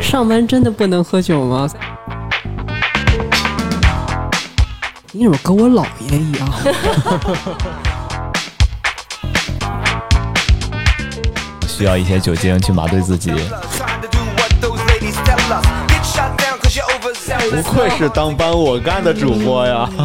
上班真的不能喝酒吗？你怎么跟我姥爷一 样？需要一些酒精去麻醉自己。不愧是当班我干的主播呀！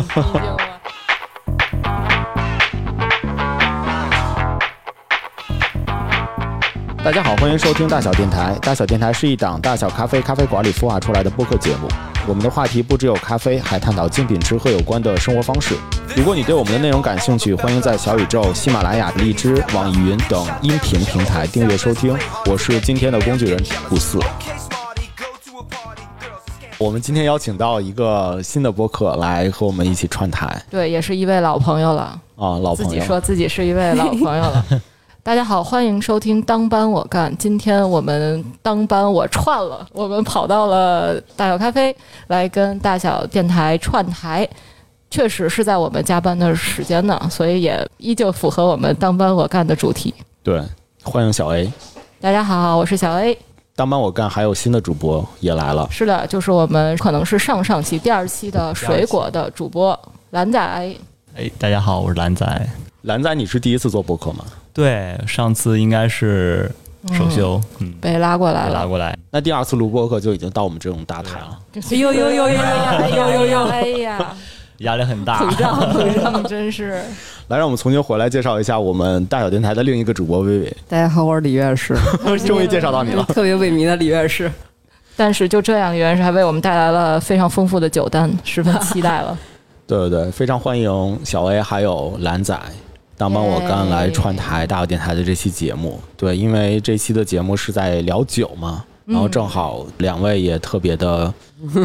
大家好，欢迎收听大小电台。大小电台是一档大小咖啡咖啡馆里孵化出来的播客节目。我们的话题不只有咖啡，还探讨精品吃喝有关的生活方式。如果你对我们的内容感兴趣，欢迎在小宇宙、喜马拉雅、荔枝、网易云等音频平台订阅收听。我是今天的工具人顾四。我们今天邀请到一个新的播客来和我们一起串台对，也是一位老朋友了，啊，老自朋己友。说自己是一位老朋 友了。大家好，欢迎收听《当班我干》。今天我们当班我串了，我们跑到了大小咖啡来跟大小电台串台，确实是在我们加班的时间呢，所以也依旧符合我们当班我干的主题。对，欢迎小 A。大家好，我是小 A。当班我干还有新的主播也来了，是的，就是我们可能是上上期第二期的水果的主播蓝仔。哎，大家好，我是蓝仔。兰仔，你是第一次做播客吗？对，上次应该是首秀，嗯，被拉过来被拉了，过来，那第二次录播客就已经到我们这种大台了。呦哎呦呦呦呦呦呦！哎呀，压力很大。膨胀 膨胀，真是。来，让我们重新回来介绍一下我们大小电台的另一个主播薇薇，大家好，我是李院士，终于介绍到你了。 特别萎靡的李院士。但是就这样，袁是还为我们带来了非常丰富的酒单，十分期 待了。对对对，非常欢迎小 A 还有兰仔。当帮我刚来串台大小电台的这期节目，对，因为这期的节目是在聊酒嘛，嗯然后正好两位也特别的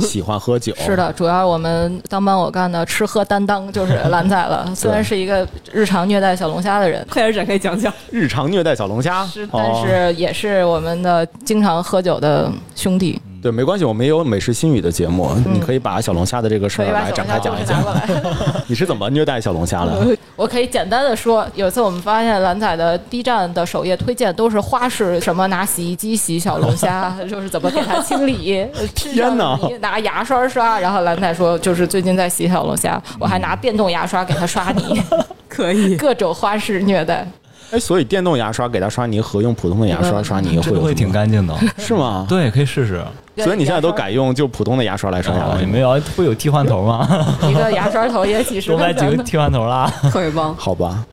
喜欢喝酒， 是的，主要我们当班我干的吃喝担 当就是蓝仔了，虽然是一个日常虐待小龙虾的人，哦快点展开讲讲。日常虐待小龙虾，是但哦是也是我们的经常喝酒的兄弟，对，没关系，我们也有美食新语的节目，你可以把小龙虾的这个事嗯可儿以把嗯来小展龙开虾讲故一事讲拿，过来。 你是怎么虐待小龙虾 的？我可以简单的说，有一次我们发现蓝仔的 B 站的首页推荐都是花式什么拿洗衣机洗小龙 虾，就是怎么给它清理。天哪你拿牙刷刷，然后蓝仔说就是最近在洗小龙虾，我还拿电动牙刷给它刷 泥，可以，各种花式虐待。哎，所以电动牙刷给它刷泥和用普通的牙刷刷泥会 这个有会什么挺干净的，是吗？对，可以试试。所以你现在都改用就普通的牙刷来刷牙了，你们要会有替换头吗？一个牙刷头也几十多 买块几钱个呢。替换头啦。特别 棒。好吧？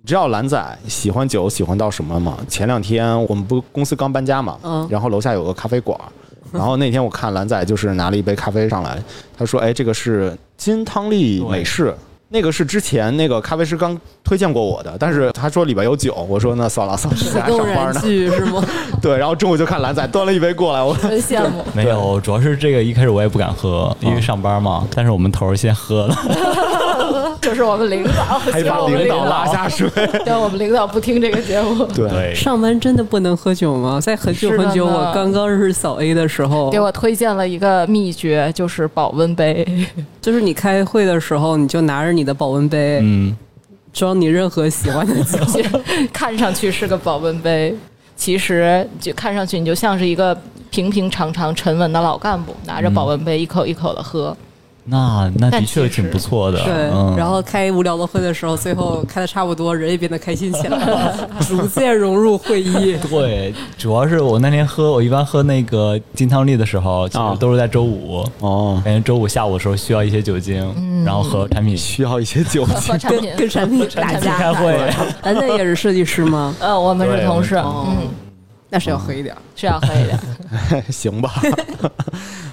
你知道兰仔喜欢酒喜欢到什么吗？前两天我们不公司刚搬家嘛，嗯然后楼下有个咖啡馆，然后那天我看兰仔就是拿了一杯咖啡上来，他说：“哎，这个是金汤力美式。”那个是之前那个咖啡师刚推荐过我的，但是他说里边有酒，我说那算了算了，现在还上班呢。剧是 吗？对，然后中午就看兰仔端了一杯过来，我真羡 慕， 没有，主要是这个一开始我也不敢喝，因为上班嘛。但是我们头儿先喝了，就是我们领导，还希望把我们领领导拉导，下水。对我们领导不听这个节目，对对，上班真的不能喝酒吗？在很久是的很久，呢我刚刚认识小 A 的时候给，我推荐了一个秘诀，就是保温杯。就是你开会的时候，你就拿着你的保温杯，嗯，装你任何喜欢的酒。其实看上去是个保温杯，其实就看上去你就像是一个平平常常、沉稳的老干部，拿着保温杯一口一口的喝。那那但的确其实挺不错的。对，嗯，然后开无聊的会的时候，最后开的差不多，人也变得开心起来 了，逐渐融入会议。对，主要是我那天喝，我一般喝那个金汤力的时候，其啊实都是在周五。哦，感觉周五下午的时候需要一些酒精，嗯然后和产品需要一些酒精。喝产品，跟产品打产品架开 会。咱那也是设计师吗？呃，我们是对同事，我们嗯， 那是要喝一点儿。是要喝一 点。 行吧，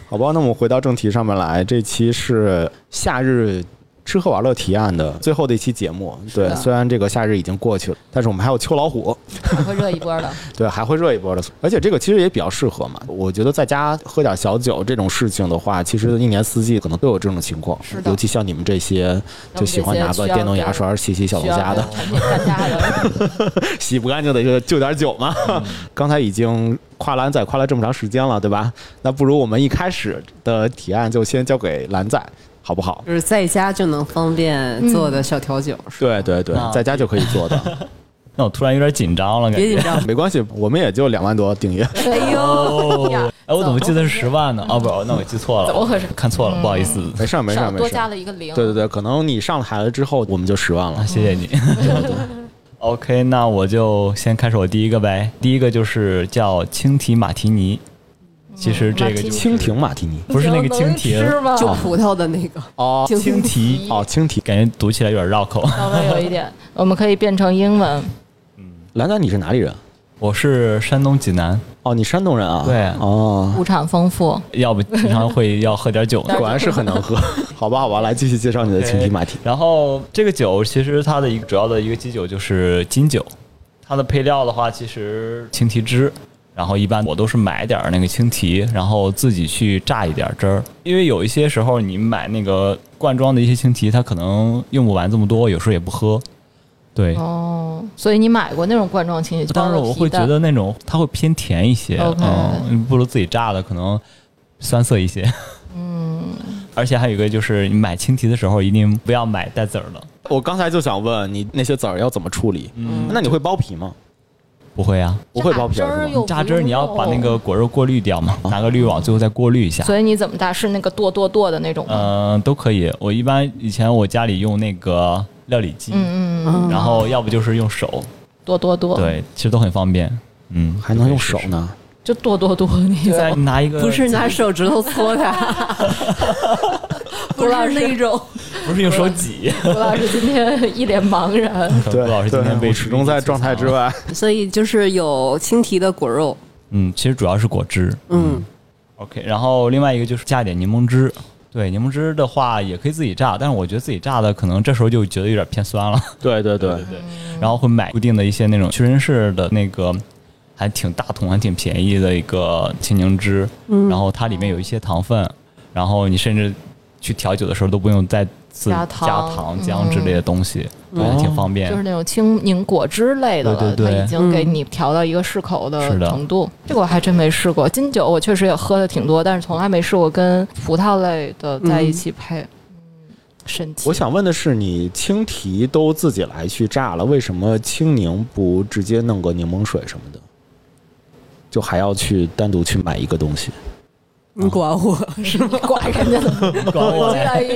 好吧，那我们回到正题上面来，这期是夏日吃喝玩乐提案的最后的一期节目。对，虽然这个夏日已经过去了，但是我们还有秋老虎，还会热一波的，对，还会热一波的。而且这个其实也比较适合嘛，我觉得在家喝点小酒这种事情的话，其实一年四季可能都有这种情况是，的尤其像你们这些就喜欢拿个电动牙刷洗洗小龙需要虾的跟，产品干架的。洗不干净的就就点酒嘛。 刚才已经夸兰仔夸了这么长时间了，对吧？那不如我们一开始的提案就先交给兰仔，好不好？就是在家就能方便做的小调酒，是吧对对对啊，在家就可以做 的，那我突然有点紧张了，感别紧觉。张。没关系，我们也就两万多订阅。哎呦呀，哎，我怎么记得是十万呢？哦，不，那我记错了，怎么回事嗯看错了，不好意思。 没事儿没事儿少没多事加儿。了一个零。对对对，可能你上了孩子之后，我们就十万了啊，。谢谢 你。OK，那我就先开始我第一个呗。第一个就是叫青提马提尼，其实这个嗯马提就尼是蜻蜓马提尼不是那个蜻蜓，是吗？就葡萄的那个哦青提哦，蜻蜓。感觉读起来有点绕口。稍微有一点，我们可以变成英文。兰丹，你是哪里人？我是山东济南，哦，你山东人啊？对哦，物产丰富，要不平常会要 喝点酒呢。果然是很能 喝。好吧，好吧，来继续介绍你的蜻蜓马蹄。然后这个酒其实它的一个主要的一个基酒就是金酒，它的配料的话其实青提汁，然后一般我都是买点儿那个青提，然后自己去榨一点儿汁儿，因为有一些时候你买那个罐装的一些青提，它可能用不完这么多，有时候也不喝。对，哦，所以你买过那种罐装清酒？当然我会觉得那种它会偏甜一些，哦 OK 嗯，不如自己榨的可能酸涩一些。嗯， 而且还有一个就是你买青提的时候一定不要买带籽儿的，我刚才就想问你，那些籽儿要怎么处理？那你会剥皮吗？不会啊。不会哦剥皮儿是吗？榨汁儿你要把那，个果肉过滤掉嘛，哦拿个滤网最后再过滤一下。所以你怎么打？是那个剁剁剁的那种吗？嗯、都可以。我一般以前我家里用那个料理机，嗯嗯，哦然后要不就是用手，剁剁剁，，对，其实都很方便。嗯，还能用手呢？就剁剁剁那就再种。拿一个，不是拿手指头搓它，不是那种不是用手挤。胡老师今天一脸茫然， 吴老师今天被我始终在状态之。外。 所以就是有青提的果肉，嗯，其实主要是果汁。嗯， OK，然后另外一个就是加一点柠檬汁。对，柠檬汁的话也可以自己榨，但是我觉得自己榨的可能这时候就觉得有点偏酸了。 对对对，对，然后会买固定的一些那种屈臣氏的那个，还挺大桶，还挺便宜的一个青柠汁，嗯然后它里面有一些糖分，然后你甚至去调酒的时候都不用再自加加糖嗯哦糖浆之类的东西，对，还挺方便就。是那种青柠果汁类的了，对对对它已经给你调到一个适口的是的程度。这个我还真没试过，金酒我确实也喝的挺多，但是从来没试过跟葡萄类的在一起配。嗯神奇！我想问的是，你青提都自己来去榨了，为什么青柠不直接弄个柠檬水什么的？就还要去单独去买一个东西？你管我嗯是吗？管人 家的，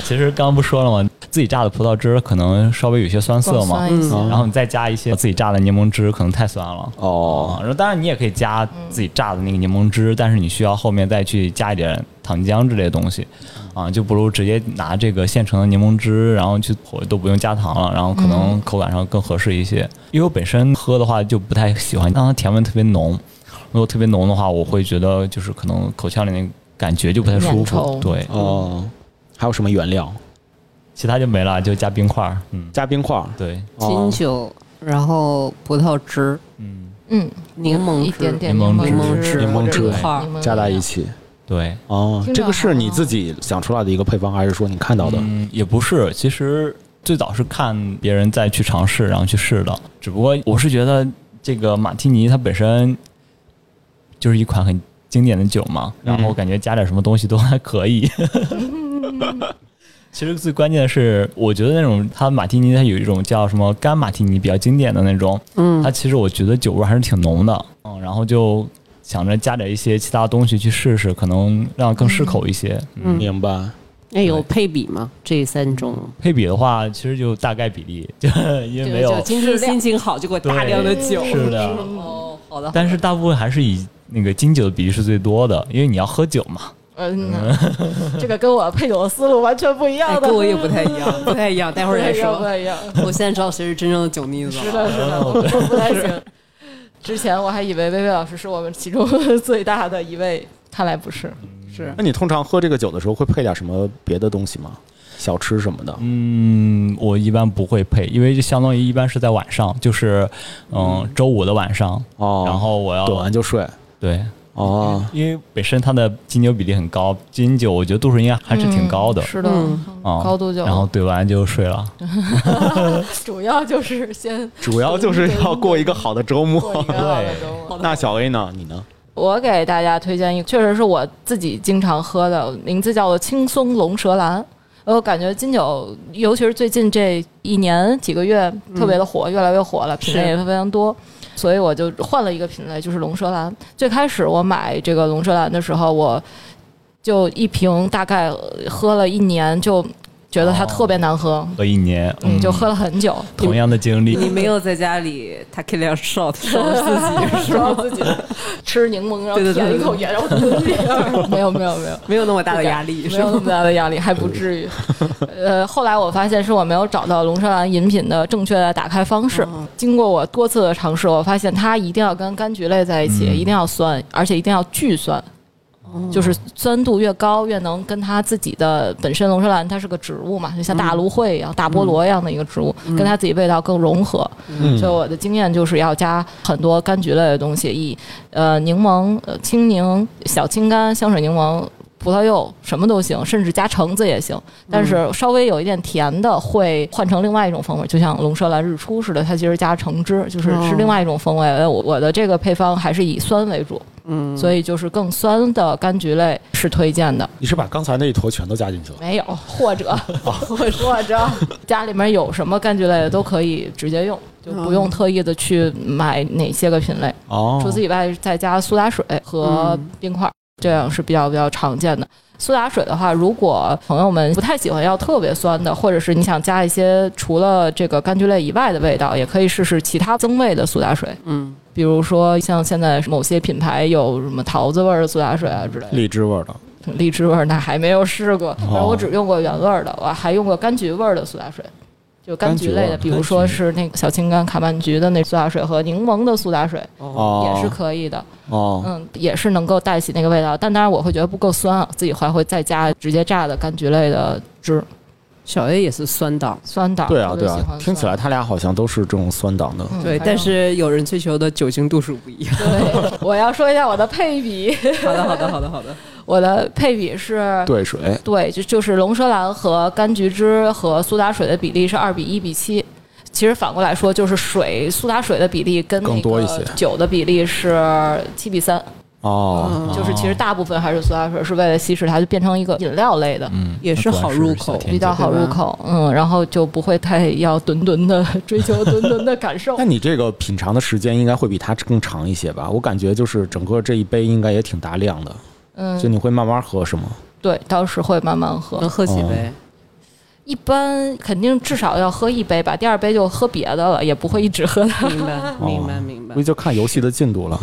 其实刚刚不说了吗？自己榨的葡萄汁可能稍微有些酸涩嘛，嗯嗯然后你再加一些自己榨的柠檬汁，可能太酸了。哦，哦，然后当然你也可以加自己榨的那个柠檬汁，但是你需要后面再去加一点糖浆之类的东西，啊，就不如直接拿这个现成的柠檬汁，然后去火都不用加糖了，然后可嗯能口感上更合适一些。因为我本身喝的话就不太喜欢，当它甜味特别浓，如果特别浓的话，我会觉得就是可能口腔里那个感觉就不太舒粘稠服。对，哦，还有什么原料？其他就没了，就加冰块儿。嗯，加冰块儿。哦对，金酒，然后葡萄汁、嗯，嗯，柠檬一汁点点柠檬汁汁，柠檬汁或者块儿柠檬加在汁一起。对。哦听，着这个是好你像自己想出来的一个配方，还是说你看到的？嗯，也不是，其实最早是看别人再去尝试，然后去试的。只不过我是觉得这个马提尼它本身就是一款很经典的酒嘛，然后我感觉加点什么东西都还可以。其实最关键的是，我觉得那种它马提尼它有一种叫什么干马提尼比较经典的那种，嗯它其实我觉得酒味还是挺浓的，嗯，然后就想着加点一些其他东西去试试，可能让更适口一些。嗯明白。那有哎配比吗？这三种，配比的话，其实就大概比例， 就因为没有就，今天心情好就给我大量的酒，对是的哦，好的，但是大部分还是以那个金酒的比例是最多的，因为你要喝酒嘛。嗯，这个跟我配酒的思路完全不一哎样的，跟我也不太一样，不太一样，待会儿再 不说。太一样。我现在知道谁是真正的酒腻子是了。的，是的，我不太行。之前我还以为薇薇老师是我们其中 最大的一位，看来不是。是那你通常喝这个酒的时候会配点什么别的东西吗？小吃什么的？嗯，我一般不会配，因为就相当于一般是在晚上，就是嗯周五的晚上，哦，然后我要怼完就睡。对，哦，因为本身它的金酒比例很高，金酒我觉得度数应该还是挺高的嗯是的，嗯啊，高度酒。然后怼完就睡了。主要就是先主要就是要过一个好的周过一 末。个好的周末。那小 A 呢？你呢？我给大家推荐一个，确实是我自己经常喝的，名字叫做青松龙舌兰。呃我感觉金酒，尤其是最近这一年几个月特别的火，越来越火了，品类也非常多。所以我就换了一个品类，就是龙舌兰。最开始我买这个龙舌兰的时候，我就一瓶大概喝了一年，就觉得它特别难哦喝，喝一年，嗯，就喝了很久。嗯同样的经历，你没有在家里 t a k i l a shot 烧自己是然吗后？自己 吃柠檬，然后对对对舔一口盐，然后 没有没有没有， 没有那么大的压力，没是有那吗么？大的压力，还不至于。呃，后来我发现是我没有找到龙舌兰饮品的正确的打开方式。哦经过我多次的尝试，我发现它一定要跟柑橘类在一起，嗯一定要酸，而且一定要巨酸。哦就是酸度越高，越能跟它自己的本身龙舌兰它是个植物嘛，就像嗯大芦荟一样、大菠萝一样的一个植物，跟它自己味道更融合。所以我的经验就是要加很多柑橘类的东西，以呃柠檬、呃青柠、小青柑、香水柠檬、葡萄柚什么都行，甚至加橙子也行。但是稍微有一点甜的会换成另外一种风味，就像龙舌兰日出似的，它其实加橙汁，就是哦是另外一种风味。呃我我的这个配方还是以酸为主，嗯，所以就是更酸的柑橘类是推荐的。你是把刚才那一坨全都加进去了？没有，或者或者家里面有什么柑橘类的都可以直接用，就不用特意的去买哪些个品类。哦除此以外，再加苏打水和冰块，这样是比较比较常见的。苏打水的话，如果朋友们不太喜欢要特别酸的，或者是你想加一些除了这个柑橘类以外的味道，也可以试试其他增味的苏打水，嗯，比如说像现在某些品牌有什么桃子味儿的苏打水啊之类的。荔枝味儿的，荔枝味儿那还没有试过，反哦正我只用过原味儿的，我还用过柑橘味儿的苏打水，就柑橘类的，柑橘味儿比如说是那个小青柑、卡曼橘的那苏打水和柠檬的苏打水哦，也是可以的，哦，嗯，也是能够带起那个味道，但当然我会觉得不够酸啊，自己还会再加直接榨的柑橘类的汁， 小 A 也是酸党，酸的，对啊，特别对喜啊欢，听起来酸的，他俩好像都是这种酸党的。嗯对，但。是有人追求的酒精度数不一样。反正对， 我要说一下我的配比，好的，好 的，好的，好的。我的配比是兑水，对，就就是龙舌兰和柑橘汁和苏打水的比例是二比一比七。其实反过来说，就是水苏打水的比例跟那更多一些个酒的比例是七比三，哦，就是其实大部分还是苏打水，是为了稀释它，就变成一个饮料类的，嗯，也是好入口那主要是小甜比较好入口。嗯，然后就不会太要吨吨的追求吨吨的感 受那。你这个品尝的时间应该会比它更长一些吧？我感觉就是整个这一杯应该也挺大量的，就嗯嗯，你会慢慢喝是吗？对，到时会慢慢喝能。喝几杯？一般肯定至少要喝一杯吧，第二杯就喝别的了，也不会一直喝 它。明白，明白，明白估计。哦就看游戏的进度了，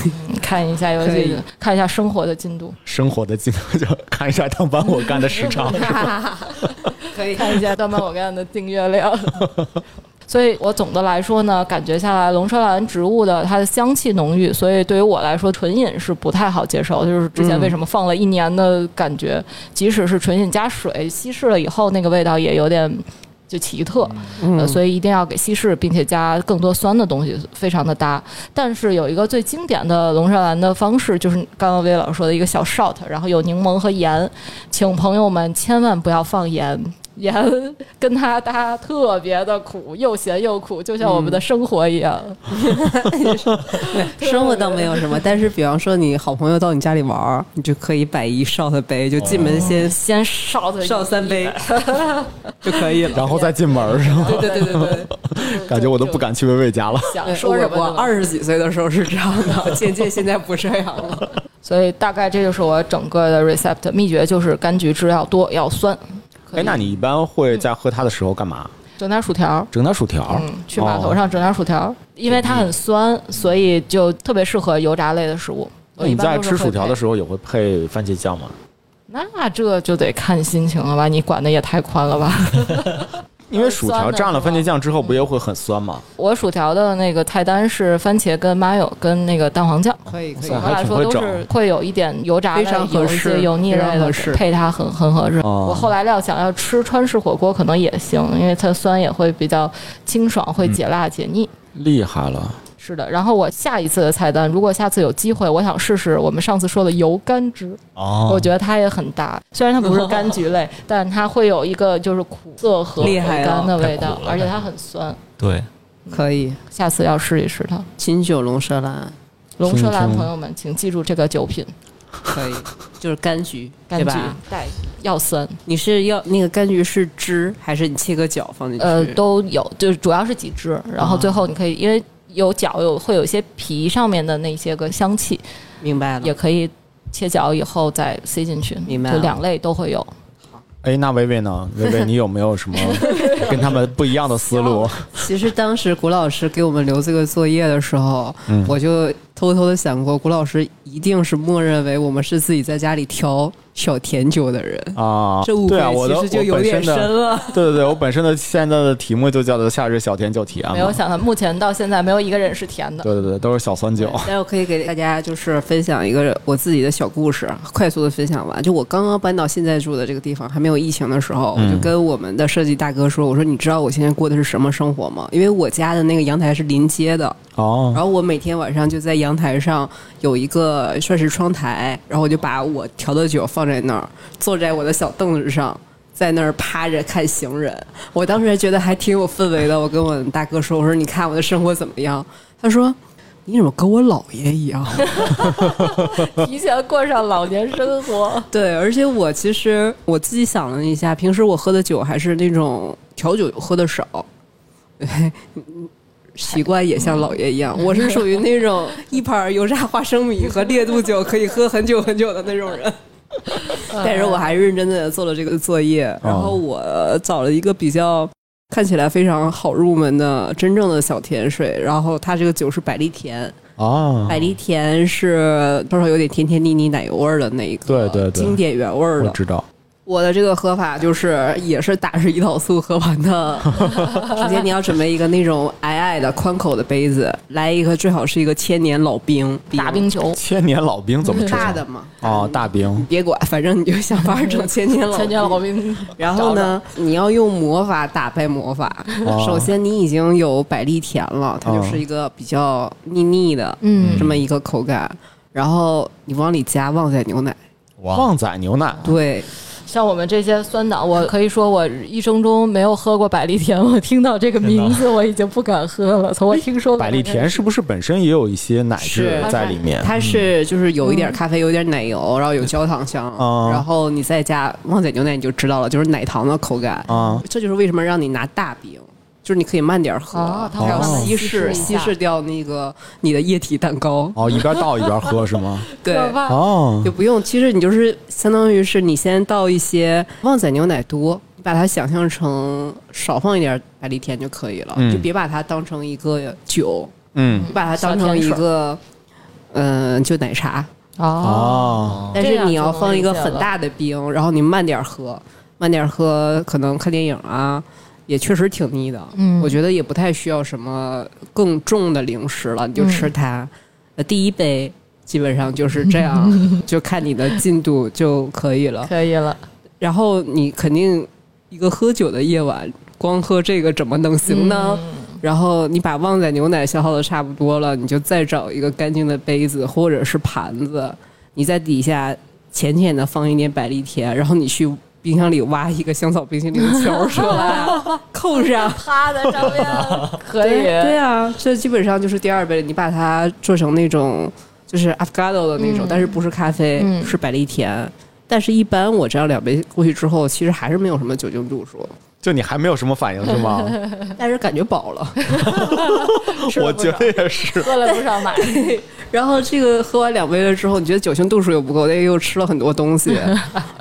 看一下游可以戏，看一下生活的进度。生活的进度就看一下当班我干的时 长。可以看一下《断半我干》的订阅量。 所以我总的来说呢，感觉下来龙舌兰植物的它的香气浓郁，所以对于我来说纯饮是不太好接受。就是之前为什么放了一年的感觉，即使是纯饮加水稀释了以后，那个味道也有点。就奇特，呃，所以一定要给稀释，并且加更多酸的东西，非常的搭。但是有一个最经典的龙舌兰的方式，就是刚刚魏老师说的一个小 shot，然后有柠檬和盐，请朋友们千万不要放盐，盐跟它搭特别的苦，又咸又苦，就像我们的生活一样。生活倒没有什么，但是比方说你好朋友到你家里玩儿，你就可以摆一 shot 杯，就进门先先烧它一上三杯就可以了。然后再进门是吗？对对对对对， 感觉我都不敢去薇薇家了。想说什我么我都能二十几岁的时候是这样的，渐渐现在不这样了。所以大概这就是我整个的 recept 秘诀，就是柑橘汁要多要酸。可 哎，以那你一般会在喝它的时候干嘛？整点薯条。整点薯条哦嗯，，去码头上整点薯条，因为它很酸，所以就特别适合油炸类的食物。那你在吃薯条的时时候也会配番茄酱吗？候，那这就得看心情了吧？你管的也太宽了吧？因呃为薯条蘸了番茄酱之后，不也会很酸吗？我薯条的那个菜单是番茄跟 mayo 跟那个蛋黄酱，可以可以哇总的来说都是会有一点油炸类，非常合适有一些油腻类非常的合适配它很很合适。哦我后来料想要吃川式火锅可能也行，因为它酸也会比较清爽，会解辣解腻。厉害了，嗯是的，然后我下一次的菜单，如果下次有机会，我想试试我们上次说的油柑汁，哦，我觉得它也很搭。虽然它不是柑橘 类，但它会有一个就是苦涩和厉害回了甘的味道啊太苦，了而且它很酸。对，可以，下次要试一试它。金酒龙舌兰龙舌兰听朋友们，请记住这个酒品，可以， 就是柑橘，柑对橘吧？带药酸，你是要那个柑橘是汁，还是你切个角放进去？呃啊呃，都有，就是主要是几支，然后最后你可以因为。有角有会有一些皮上面的那些个香气，明白也了。可以切角以后再塞进去，啊明白就了啊两类都会有。哎，那薇薇呢？薇薇，你有没 有什么跟他们不一样的思路？其实当时古老师给我们留这个作业的时候，嗯我就偷偷的想过，古老师一定是默认为我们是自己在家里调小甜酒的人。啊，这误会对啊，我的其实就有点深我本身的了。对对对，我本身的现在的题目就叫做“夏日小甜酒提案”没有嘛。想到，目前到现在没有一个人是甜 的。对对对，都是小酸酒。但是我可以给大家就是分享一个我自己的小故事，快速的分享完。就我刚刚搬到现在住的这个地方，还没有疫情的时候，嗯我就跟我们的设计大哥说：“我说你知道我现在过的是什么生活吗？因为我家的那个阳台是临街的，哦然后我每天晚上就在阳台上有一个算是窗台，然后我就把我调的酒放在那儿，坐在我的小凳子上。在那儿趴着看行人，我当时还觉得还挺有氛围的。我跟我大哥说：“我说你看我的生活怎么样？”他说：“你怎么跟我姥爷一样，提前过上老年生活？”对，而且我其实我自己想了一下，平时我喝的酒还是那种调酒喝的少， 习惯也像姥爷一样。我是属于那种一盘油炸花生米和烈度酒可以喝很久很久的那种人。嗯但是我还认真的做了这个作业，哦然后我找了一个比较看起来非常好入门的真正的小甜水，然后它这个酒是百利甜，啊，百利甜是多少有点甜甜腻腻奶油味儿的那一个，对对对经典原味儿我的。知道。我的这个喝法就是也是打着胰岛素喝完 的。首先你要准备一个那种矮矮的宽口的杯子，来一个最好是一个千年老冰，打冰球，千年老兵怎么知道嗯大的嘛。哦，大兵别管，反正你就想法 整千年老千冰年老兵。然后呢，你要用魔法打败魔法。哦首先，你已经有百利甜了，它就是一个比较腻腻的，嗯这么一个口感。然后你往里加旺仔牛奶，哇，旺仔牛奶，对，像我们这些酸党，我可以说我一生中没有喝过百利甜。我听到这个名字，我已经不敢喝了。从我听说的百利甜是不是本身也有一些奶质是在里面？它是就是有一嗯点咖啡，有一点奶油，然后有焦糖香，哦然后你再加旺仔牛奶，你就知道了，就是奶糖的口感。啊，这就是为什么让你拿大饼。就是你可以慢点喝，哦它它要会慢慢稀稀释释一稀下释掉那个你的液体蛋糕，哦，一边倒一边喝 是吗？对，可怕哦就不用。其实你就是相当于是你先倒一些旺仔牛奶多，你把它想象成少放一点百利甜就可以了，嗯就别把它当成一个酒，嗯你把它当成一个嗯、呃就奶茶。哦，哦，但这是样你就要能放理一个解很了大的冰，然后你慢点喝，慢点喝，可能看电影啊，也确实挺腻的。嗯我觉得也不太需要什么更重的零食了，你就嗯吃它。呃第一杯基本上就是这样， 就看你的进度就可以了。可以了，然后你肯定一个喝酒的夜晚，光喝这个怎么能行呢？然后你把旺仔牛奶消耗的差不多了，你就再找一个干净的杯子或者是盘子，你在底下浅浅的放一点百利甜，然后你去冰箱里挖一个香草冰淇淋的球出来， 扣上。趴在上面 可以，对对啊，这基本上就是第二杯，你把它做成那种就是 affogato 的那种，嗯但是不是咖啡，嗯是百利甜。但是，一般我这样两杯过去之后，其实还是没有什么酒精度数，就你还没有什么反应是 吗？嗯但是感觉饱了。 吃了我不觉少得也是。喝了不少奶，然后这个喝完两杯了之后，你觉得酒精度数又不够，但又吃了很多东 西，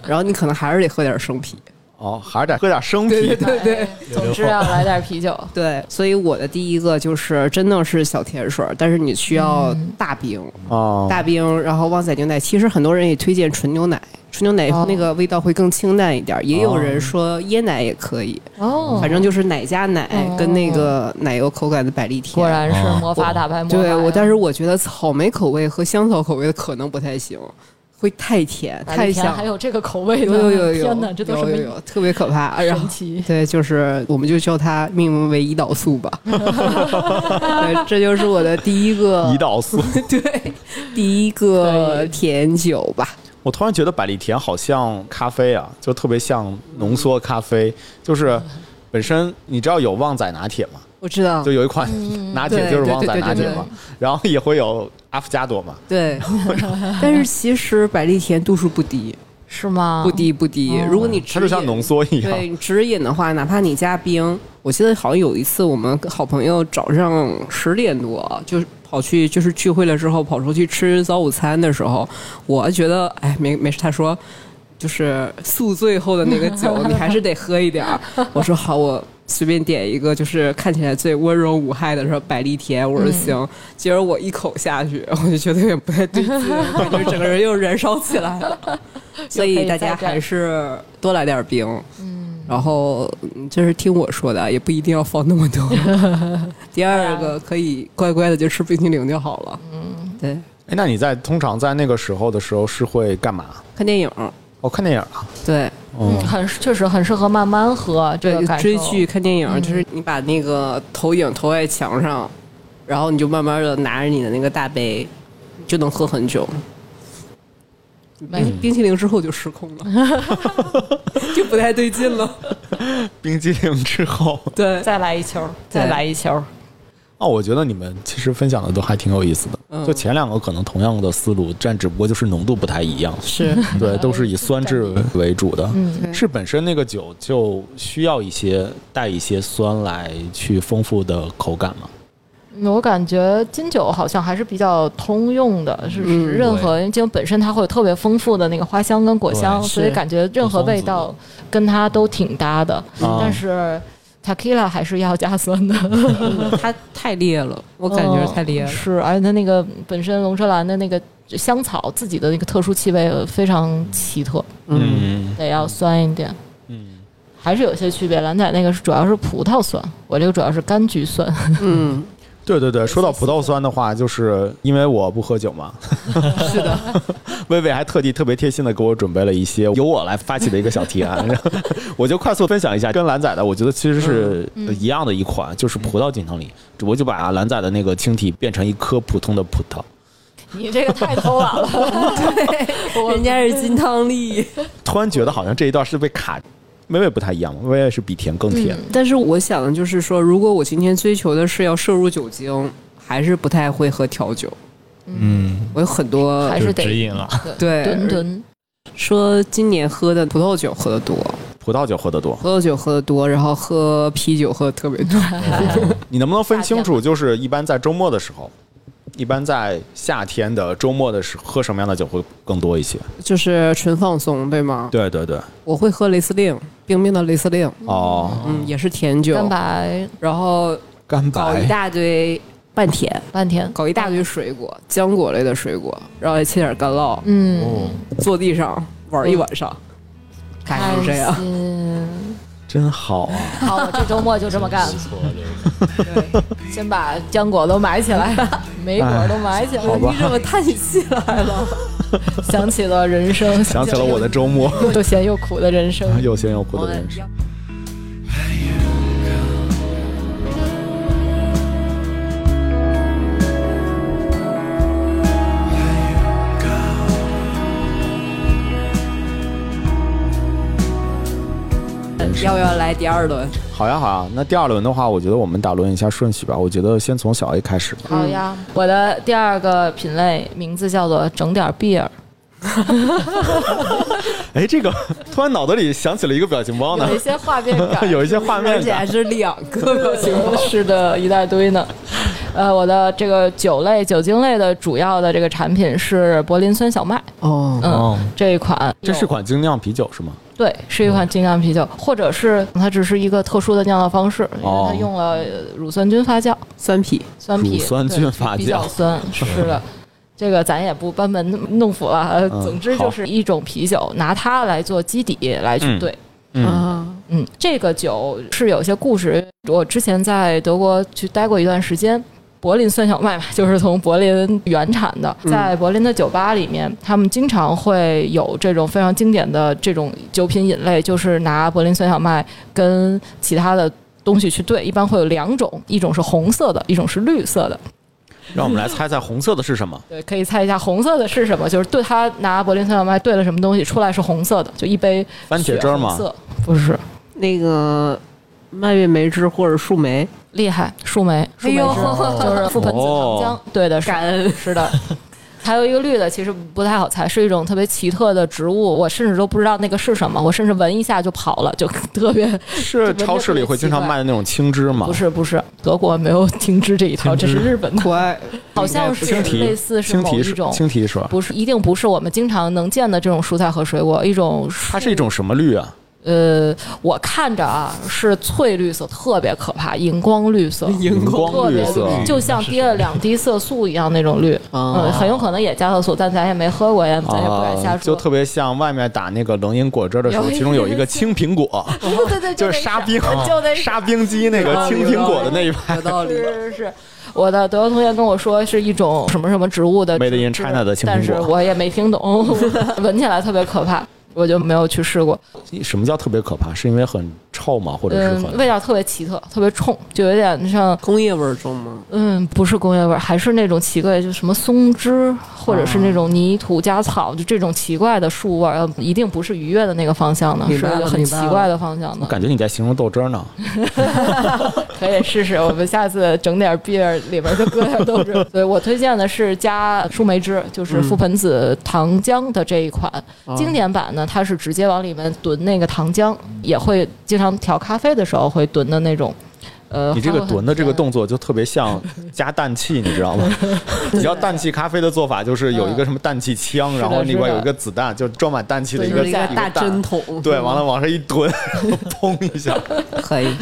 然后你可能还是得喝点生啤。哦，还是得喝点生啤。对对哎总之要来点啤酒。对，所以我的第一个就是真的是小甜水儿，但是你需要嗯大冰，哦，大冰，然后旺仔牛奶。其实很多人也推荐纯牛奶，纯牛奶哦那个味道会更清淡一点儿。也有人说椰奶也可以，哦反正就是奶加奶哦跟那个奶油口感的百利甜。果然是魔法打败魔法对呀。我，但是我觉得草莓口味和香草口味的可能不太行，会太甜，百利太甜像还。有这个口味呢，有有有有，天哪，这都什有有么有，特别可怕。然后神奇？对，就是我们就叫它命名为胰岛素 吧。对，这就是我的第一个胰岛素。嗯对第一个甜酒吧。我突然觉得百利甜好像咖啡啊，就特别像浓缩咖啡，就是。本身你知道有旺仔拿铁吗？我知道就，有一款 拿铁对就是嗯对旺仔对对拿铁对嘛，然后 也会有阿芙加朵嘛，对，但是其实百利甜度数不低，是吗？不低不低。如果你哦它就像浓缩一 样。对你直饮的话，哪怕你加冰，我记得好像有一次我们好朋友早上十点多就是跑去就是聚会了之后跑出去吃早午餐的时候，我觉得哎没没事，他说就是宿醉后的那个酒你还是得喝一点儿。我说好，我随便点一个就是看起来最温柔无害的说百利甜，我说行。结果我一口下去， 我就觉得有点不太对劲，感觉整个人又燃烧起来了。所以大家还是多来点冰。然后嗯这是听我说的，也不一定要放那么 多。第二个可以乖乖的就吃冰淇淋就好了。啊嗯，对，哎，那你在通常在那个时候的时候是会干嘛？看电影，哦，看电影啊。对嗯，很确实很适合慢慢喝，这个感受追剧、看电影，就是你把那个投影投在墙上，然后你就慢慢的拿着你的那个大杯，就能喝很久。没冰冰淇淋之后就失 控了，就不太对劲了。冰激凌之后， 对，再来一球，再来一球， 哦，我觉得你们其实分享的都还挺有意思的。就前两个可能同样的思路，但只不过就是浓度不太一样。是对，都是以酸质为主的。嗯是本身那个酒就需要一些带一些酸来去丰富的口感嘛。嗯我感觉金酒好像还是比较通用的，是嗯是任何因为金酒本身它会有特别丰富的那个花香跟果香，对所以是感觉任何味道跟它都挺搭的。啊但是 tequila 还是要加酸的，嗯它太烈了， 我感觉太烈了。是，而且它那个本身龙舌兰的那个香草自己的那个特殊气味呃非常奇特，嗯，得要酸一点。嗯，还是有些区别，蓝仔那个是主要是葡萄酸，我这个主要是柑橘酸。嗯，对对对，说到葡萄酸的话，就是因为我不喝酒嘛， 是的。 薇薇还特地特别贴心的给我准备了一些由我来发起的一个小提案， 然后我就快速分享一下，跟蓝仔的我觉得其实是嗯呃一样的一款，就是葡萄金汤力，只不过就把蓝仔的那个晶体变成一颗普通的葡萄。 你这个太偷懒了， 对 人家是金汤力，突然觉得好像这一段是被卡，薇薇不太一样嘛，薇薇是比甜更甜。 但是我想的就是说，如果我今天追求的是要摄入酒精，还是不太会喝调酒。嗯，我有很多还就是指得引了。对吨吨。说今年喝的葡萄酒喝的多，葡萄酒喝得多，葡萄酒喝的多，然后喝啤酒喝的特别 多。 你能不能分清楚？就是一般在周末的时候，一般在夏天的周末的时候喝什么样的酒会更多一些？就是纯放松，对吗？对对对，我会喝雷司令，冰冰的雷司令，哦，嗯，也是甜酒，蛋白然后干搞哦一大堆半甜，半甜，搞一大堆水果，浆果类的水果，然后再切点干酪，嗯，坐地上玩一晚上，大概开哦就是啊这样。心。真好啊！哎好，我这周末就这么干。对，先把浆果都埋起来，梅果都埋起来。好吧你怎么叹起气来了？想起了人生， 想起了我的周 末，又咸又苦的人生。又咸又苦的人生。要不要来第二轮？好呀好呀，那第二轮的话，我觉得我们打轮一下顺序吧。我觉得先从小 A 开始吧。好呀，嗯我的第二个品类名字叫做整点 beer，哎，这个 突然脑子里想起了一个表情包呢 有一，些画面 感，有一些画面而且还感。是两个表 情包。是的，一大堆呢。呃，我的这个酒类、酒精类的主要的这个产品是柏林酸小麦，哦，嗯，哦这一款这是款嗯精酿啤酒是吗？对，是一款精酿啤酒，或者是它只是一个特殊的酿造方式，因为它用了呃乳酸菌发酵，三匹，酸啤，哦乳酸菌发对比较酵酸，是 的。这个咱也不班门弄斧了，呃嗯总之好就是一种啤酒，拿它来做基底来去嗯兑。啊，嗯，这个酒是有些故事。我之前在德国去待过一段时间，柏林酸小麦嘛，就是从柏林原产的，在柏林的酒吧里面，他们经常会有这种非常经典的这种酒品饮类，就是拿柏林酸小麦跟其他的。东西去兑，一般会有两种，一种是红色的，一种是绿色的。让我们来猜猜红色的是什么？对，可以猜一下红色的是什么？就是对它拿柏林酸小麦兑了什么东西出来是红色的，就一杯番茄汁儿吗血红色？不是，啊那个蔓越莓汁或者树莓，厉害，树莓，树莓汁、 哎呦就是覆盆子糖浆，哦对的，是感恩是的。还有一个绿的，其实不太好猜，是一种特别奇特的植物，我甚至都不知道那个是什么，我甚至闻一下就跑了，就 特别是超市里会经常卖的那种青汁吗不？是不是，德国没有青汁这一套，这青汁是日本的，可爱，好像是青提类似是青某提一是种，青提是吧？不是一定不是我们经常能见的这种蔬菜和水果，一种它是一种什么绿啊？呃，我看着啊是翠绿色，特别可怕，荧光绿色。荧特光别绿色，啊嗯就像滴了两滴色素一样那种绿，啊嗯，很有可能也加色素，但咱也没喝过呀，咱也不敢瞎啊，就说。特别像外面打那个冷饮果汁的时候，有一其中有一个青苹果， 对对对，就是那沙啥冰啊就那啥。沙冰机那个青苹果的那一排有道理。是是是，我的德国同学跟我说是一种什么什么植物的 Made in 植 China 的青苹果但是我也没听懂， 闻起来特别可怕，我就没有去试过。什么叫特别可怕？是因为很臭吗？或者是嗯，很味道特别奇特，特别冲，就有点像工业味儿重吗？嗯，不是工业味儿，还是那种奇怪，就什么松枝，或者是那种泥土加草，就这种奇怪的树味儿，呃一定不是愉悦的那个方向的，明是白了很明奇白了怪的方向的。感觉你在形容豆汁 儿呢，可以试试，我们下次整点 beer 里边就搁点 豆汁。所以我推荐的是加树莓汁，就是覆盆子糖浆的这一款。嗯经典版呢，它是直接往里面囤那个糖浆，也会经常调咖啡的时候会囤的那种。呃，你这花个会很囤的这个甜动作就特别像加氮气，你知道吗？ 你知道氮气咖啡的做法就是有一个什么氮气枪，的然后里嗯是边的有一个子弹，就装满氮气的对一就个是一一个个一个大针蛋。筒，对，完了往上一蹲， 砰一下。可以，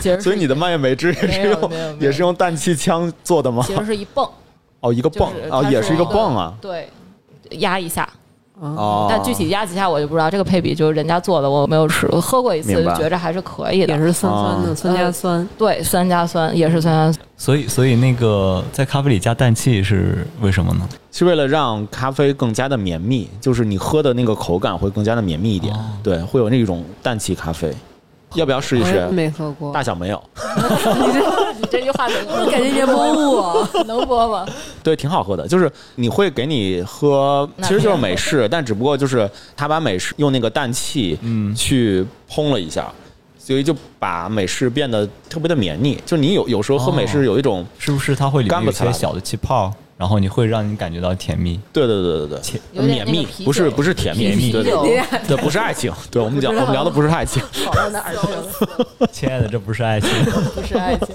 其 实所以你的蔓越莓汁也 没是有没有用没有也是用氮气枪做的吗？其实是一泵。 哦，一个就泵是哦，它也是是一个一个泵啊。对，压一下，哦，但具体压几下我就不知道。这个配比就是人家做的，我没有吃，我喝过一次明就白觉着还是可以也的。是酸酸啊的，酸加酸。对，酸加酸也是酸加酸， 所以所以那个在咖啡里加氮气是为什么呢？是为了让咖啡更加的绵密，就是你喝的那个口感会更加的绵密一点。哦对，会有那种氮气咖啡，要不要试一我也试？没喝过嗯大，小没有，你这句话怎么 感觉也不我。 能播 吗？对，挺好喝的。就是你会给你喝，那其实就是美式，但只不过就是他把美式用那个氮气嗯去烹了一下，所以就把美式变得特别的绵密。就你有有时候喝美哦式有一种，是不是它会里面干巴有一起来些的小的气泡，然后你会让你感觉到甜 蜜？对对对对切对，呃绵有点那密个啤酒不是不是甜蜜，啤对对酒对， 对不是爱情。对我们讲我们聊的不是爱情，跑到哪儿 去了？亲爱的，这不是爱情。不是爱情，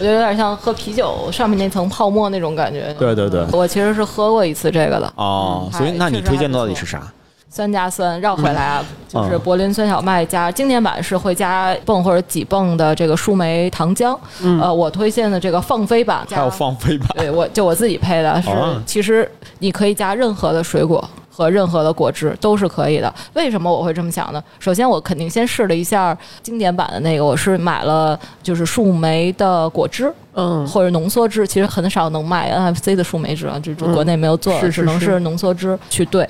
我觉得有点像喝啤酒上面那层泡沫那种感觉。对对对。我其实是喝过一次这个的，哦嗯，所以还那你确实推还荐不到底错是啥？酸加酸绕回来啊，嗯就是柏林酸小麦加经典版是会加泵或者几泵的这个树莓糖浆。嗯呃，我推荐的这个放飞版加，还有放飞 吧？对我就我自己配的是，啊其实你可以加任何的水果。和任何的果汁都是可以的。为什么我会这么想呢？首先，我肯定先试了一下经典版的那个，我是买了就是树莓的果汁，嗯，或者浓缩汁，其实很少能卖 NFC 的树莓汁啊，这这嗯国内没有做，是是只能是嗯是浓缩汁去兑，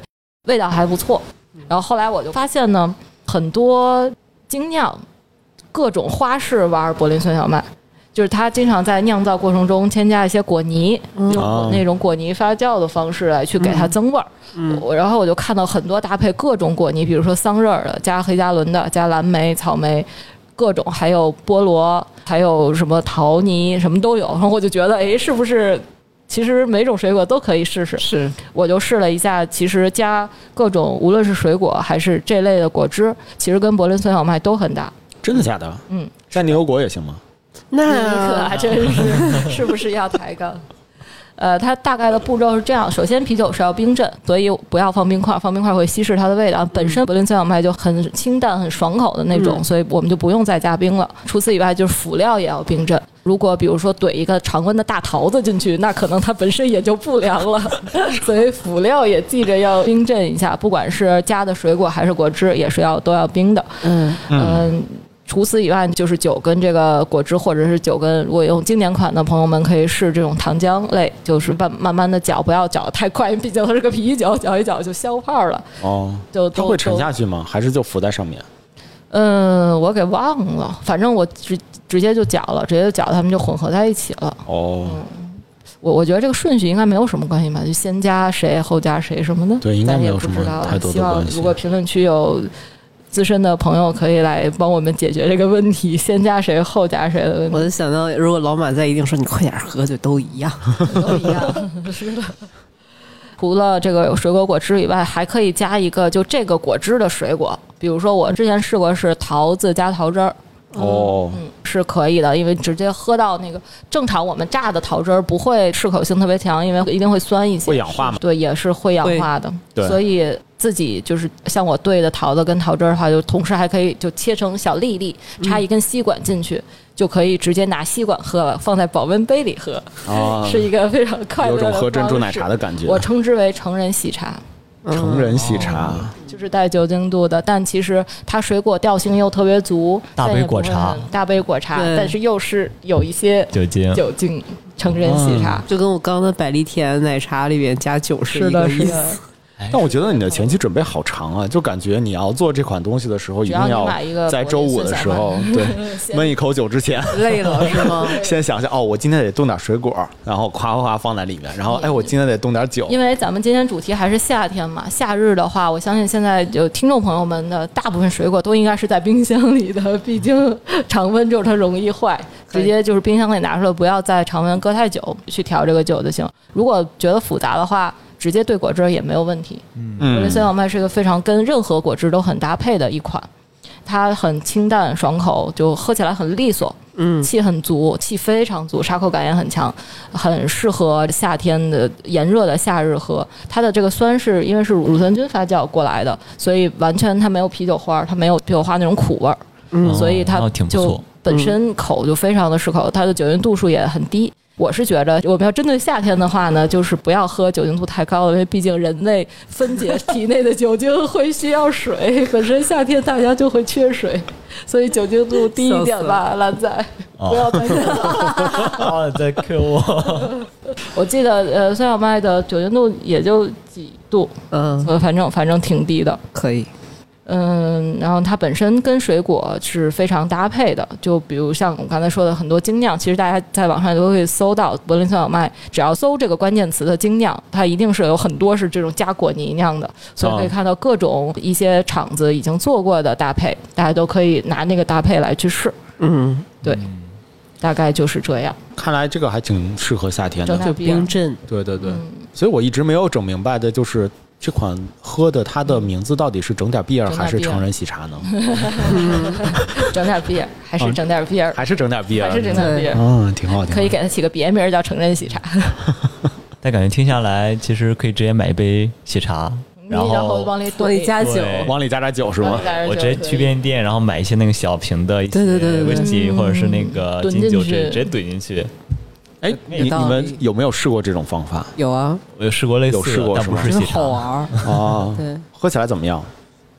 味道还不错。然后后来我就发现呢，很多精酿各种花式玩柏林酸小麦。就是它经常在酿造过程中添加一些果泥，嗯哦用那种果泥发酵的方式来去给它增味儿。嗯我然后我就看到很多搭配各种果泥，比如说桑葚儿的、加黑加仑的、加蓝莓、草莓，各种还有菠萝，还有什么桃泥，什么都有。然后我就觉得，哎，是不是其实每种水果都可以试试？是我就试了一下，其实加各种无论是水果还是这类的果汁，其实跟柏林酸小麦都很搭。真的假的？嗯，加牛油果也行吗？ 你可还啊真是， 是不是要抬杠？呃，它大概的步骤是这样：首先，啤酒是要冰镇，所以不要放冰块，放冰块会稀释它的味道。本身柏林酸小麦就很清淡、很爽口的那种，嗯所以我们就不用再加冰了。除此以外，就是辅料也要冰镇。如果比如说怼一个常温的大桃子进去，那可能它本身也就不凉了， 所以辅料也记着要冰镇一下。不管是加的水果还是果汁，也是要都要冰的。嗯嗯，除此以外，就是酒跟这个果汁，或者是酒跟，如果用经典款的朋友们可以试这种糖浆类，就是慢嗯慢慢的搅，不要搅得太快，因为毕竟它是个啤酒，搅一搅就消泡了，哦，就它都会沉都下去吗？还是就浮在上面？嗯，我给忘了，反正我直直接就搅了，直接就搅，它们就混合在一起了。哦，我我觉得这个顺序应该没有什么关系吧，就先加谁后加谁什么的，对应该咱没也有不什么知道啊太多的希望关系如果评论区有资深的朋友可以来帮我们解决这个问题，先加谁后加谁的问我题就想到，如果老马在，一定说你快点喝，就都一样。都一样，是的。 除了这个有水果果汁以外，还可以加一个就这个果汁的水果，比如说我之前试过是桃子加桃汁儿，哦，是可以的，因为直接喝到那个正常我们榨的桃汁儿不会适口性特别强，因为一定会酸一些，会氧化嘛对，也是会氧化的，对所以自己就是像我兑的桃子跟桃汁儿的话，就同时还可以就切成小粒粒，插嗯一根吸管进去。就可以直接拿吸管喝了，放在保温杯里喝，啊嗯是一个非常快有乐的种喝珍珠方奶式茶的感觉我称之为成哦人喜茶。成人喜茶，就是带酒精度的，但其实它水果调性又特别足，大杯果茶但也不会很大杯果茶，对但是又是有一些酒精酒精成人喜茶，就跟我刚的百利甜奶茶里边加酒是是一的，个是意思。的，哎但我觉得你的前期准备好长啊，就感觉你要做这款东西的时候，一只定要你买一个在周五的时候， 对，闷一口酒之前，累了是吗？ 先想想哦，我今天得冻点水果，然后夸夸夸放在里面，然后哎，我今天得冻点酒，因为咱们今天主题还是夏天嘛，夏日的话，我相信现在有听众朋友们的大部分水果都应该是在冰箱里的，毕竟常温就是它容易坏，对直接就是冰箱里拿出来，不要在常温搁太久去调这个酒就行。如果觉得复杂的话，直接兑果汁儿也没有问题。我觉得嗯酸小麦是一个非常跟任何果汁都很搭配的一款，它很清淡爽口，就喝起来很利索，嗯，气很足，气非常足，沙口感也很强，很适合夏天的炎热的夏日喝。它的这个酸是因为是乳酸菌发酵过来的，所以完全它没有啤酒花儿，它没有啤酒花那种苦味儿，嗯，所以它哦挺不就错本身口就非常的适口，它的酒精度数也很低。我是觉得，我们要针对夏天的话呢，就是不要喝酒精度太高了，因为毕竟人类分解体内的酒精会需要水，本身夏天大家就会缺水，所以酒精度低一点吧，兰仔，哦不要太高了。 哦啊，在 Q 我，我记得呃，酸小麦的酒精度也就几度， 嗯，呃，反正反正挺低的。可以。嗯，然后它本身跟水果是非常搭配的，就比如像我刚才说的很多精酿，其实大家在网上都会搜到柏林酸小麦，只要搜这个关键词的精酿，它一定是有很多是这种加果泥酿的，所以可以看到各种一些厂子已经做过的搭配，大家都可以拿那个搭配来去试，嗯，大概就是这 样。看来这个还挺适合夏天整的。点就冰冰镇。对对对，嗯所以我一直没有整明白的就是这款喝的它的名字到底是整点 beer 整点还是 beer 成人喜茶呢？整点 beer，还是整点 beer， 还是整点 beer？还是整点对 beer，嗯，挺好，挺好可以给它起个别名儿叫成人喜茶， 但感觉听下来，其实可以直接买一杯喜茶，然嗯然后往里往里怼加酒，对往里加点酒是吗？加点我酒直接可去以便利店，然后买一些那个小瓶的一对对对些对威对士忌或者是那个嗯金怼进酒，去直接直接怼进去。哎，有你你道理们有没有试过这种方法？有啊，我有试过类似有试的，过但是不吗是真喜好啊茶。玩儿。哦，对，喝起来怎么样？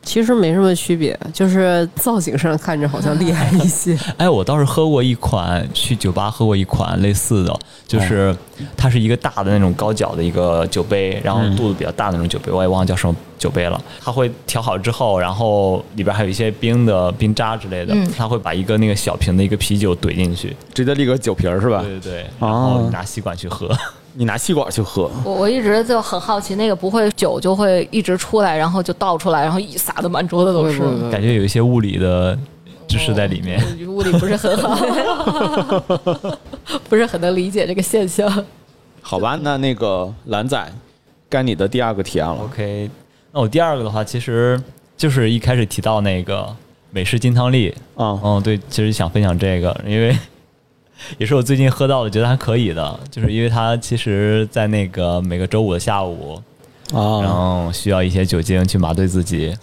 其实没什么区别，就是造型上看着好像厉害一 些。哎，我倒是喝过一款，去酒吧喝过一款类似的，就是它是一个大的那种高脚的一个酒杯，然后肚子比较大的那种酒杯，我也忘了叫什么酒杯了。它会调好之后，然后里边还有一些冰的冰渣之类的嗯，它会把一个那个小瓶的一个啤酒怼进去，直接立个酒瓶儿是吧？对对啊哦对，然后你拿吸管去喝。你拿吸管去喝，我我一直就很好奇，那个不会酒就会一直出来，然后就倒出来，然后一洒的满桌子都是。感觉有一些物理的知识在里面。物理不是很 好，不是很能理解这个现象。好吧？那那个蓝仔，该你的第二个提案了。 OK，那我第二个的话，其实就是一开始提到那个美式金汤力，啊嗯，对，其实想分享这个，因为也是我最近喝到的，觉得还可以的，就是因为它其实，在那个每个周五的下午，然啊，后需要一些酒精去麻醉自己，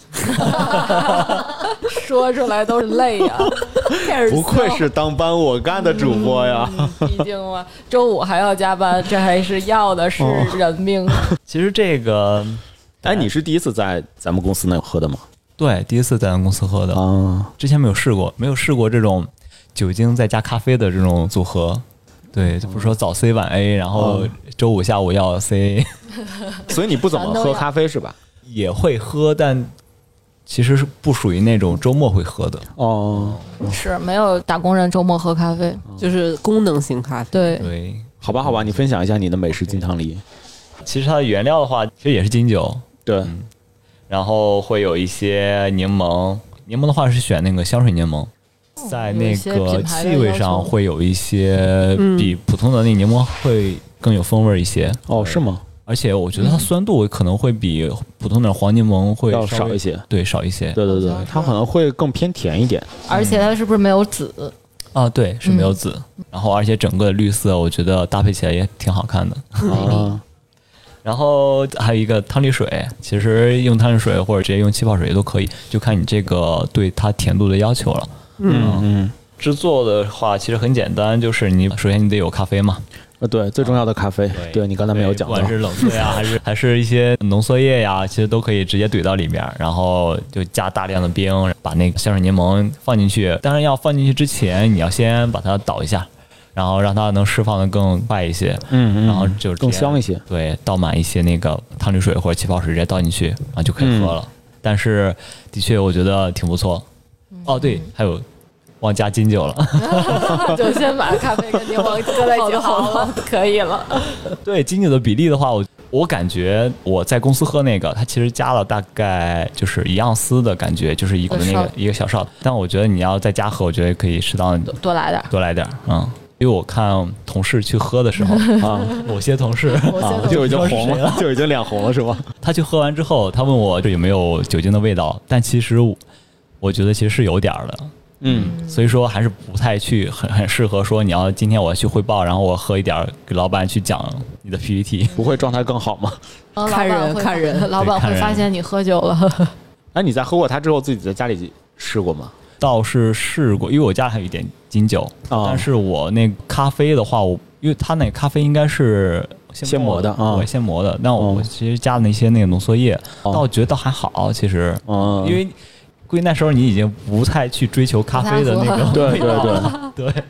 说出来都是泪啊 呀、不愧是当班我干的主播呀！嗯嗯毕竟嘛，周五还要加班，这还是要的是人命。啊其实这个。哎，你是第一次在咱们公司那喝的吗？对，第一次在咱公司喝的，啊，之前没有试过，没有试过这种酒精再加咖啡的这种组合。对，就不是说早 C 晚 A，然后周五下午要 C， 所以你不怎么全都喝要咖啡是吧？也会喝，但其实是不属于那种周末会喝的。哦，是没有打工人周末喝咖啡，就是功能性咖啡。对，对，好吧，好吧，你分享一下你的美式金汤力。其实它的原料的话，其实也是金酒，对，然后会有一些柠檬，柠檬的话是选那个香水柠檬。在那有一些个品牌的气味要上求会有一些比普通的那柠檬会更有风味一些。哦，是吗？而且我觉得它酸度可能会比普通的黄柠檬会要稍少微一，些。对，少一些对对对好像，是它可能会更偏甜一点。而嗯且它是不是没有籽？啊，对，是没有籽。然后而且整个的绿色，我觉得搭配起来也挺好看的。啊，然后还有一个汤力水，其实用汤力水或者直接用气泡水也都可以，就看你这个对它甜度的要求了。嗯嗯，制作的话其实很简单，就是你首先你得有咖啡嘛，呃，对，最重要的咖啡，对你刚才没有讲不到管，是冷 萃呀、还是还是一些浓缩液呀、其实都可以直接怼到里面，然后就加大量的冰，把那个香水柠檬放进去。当然要放进去之前，你要先把它倒一下，然后让它能释放的更快一些，嗯嗯，然后就更香一些。些。对，倒满一些那个汤汁水或者气泡水，直接倒进去，然后就可以喝嗯了。但是的确，我觉得挺不错。哦，对，还有忘加金酒了。 就先把咖啡跟柠檬搁在一起 好了，可以了。对金酒的比例的话，我我感觉我在公司喝那个，它其实加了大概就是一盎司的感觉，就是一个那小个一个小哨。但我觉得你要在家喝，我觉得可以适当地 多来点儿。多来点儿，嗯。因为我看同事去喝 的时候啊，某些同事我先啊，就已经红不知道了，是谁就已经脸红了，是吧？他去喝完之后，他问我这有没有酒精的味道，但其实我我觉得其实是有点儿的，嗯，所以说还是不太去很很适合说你要今天我要去汇报，然后我喝一点儿给老板去讲你的 PPT。不会状态更好吗？嗯看老板人会看人老板对看会人发现你喝酒了。哎，你在喝过它之后，自己在家里试过吗？倒是试过，因为我家还有一点金酒，哦但是我那咖啡的话，我因为它那咖啡应该是现磨的啊对，现磨的。那我哦其实加了一些那个浓缩液，哦倒觉得还好，其实，嗯，因为估计那时候你已经不太去追求咖啡的那不个对味对道对。了，对 对。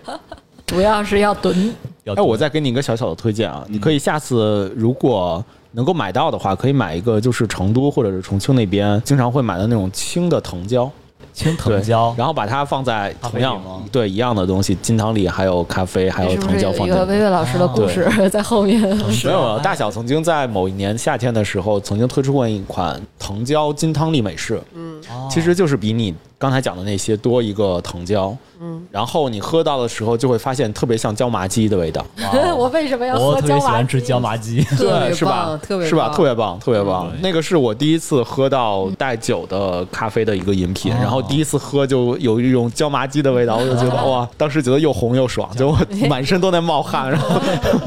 主要是要囤，要哎，我再给你一个小小的推荐嗯啊，你可以下次如果能够买到的话，可以买一个就是成都或者是重庆那边经常会买的那种青的藤椒，青对藤椒，然后把它放在咖同啡里样吗对一样的东西，金汤力还有咖啡还有是不藤是椒有放一在个里面。薇薇老啊师的故事在后面？没有，大小曾经在某一年夏天的时候，曾经推出过一款藤椒金汤力美式，哦其实就是比你刚才讲的那些多一个藤椒，嗯，然后你喝到的时候就会发现特别像椒麻鸡的味道， 我为什么要哦我喝特别椒喜麻欢？吃椒麻鸡，特别对，是吧棒？特别是吧？棒特别棒，特别棒对。那个是我第一次喝到带酒的咖啡的一个饮品，哦然后第一次喝就有一种椒麻鸡的味道，我就觉得哇，当时觉得又红又爽，就我满身都在冒 汗，然后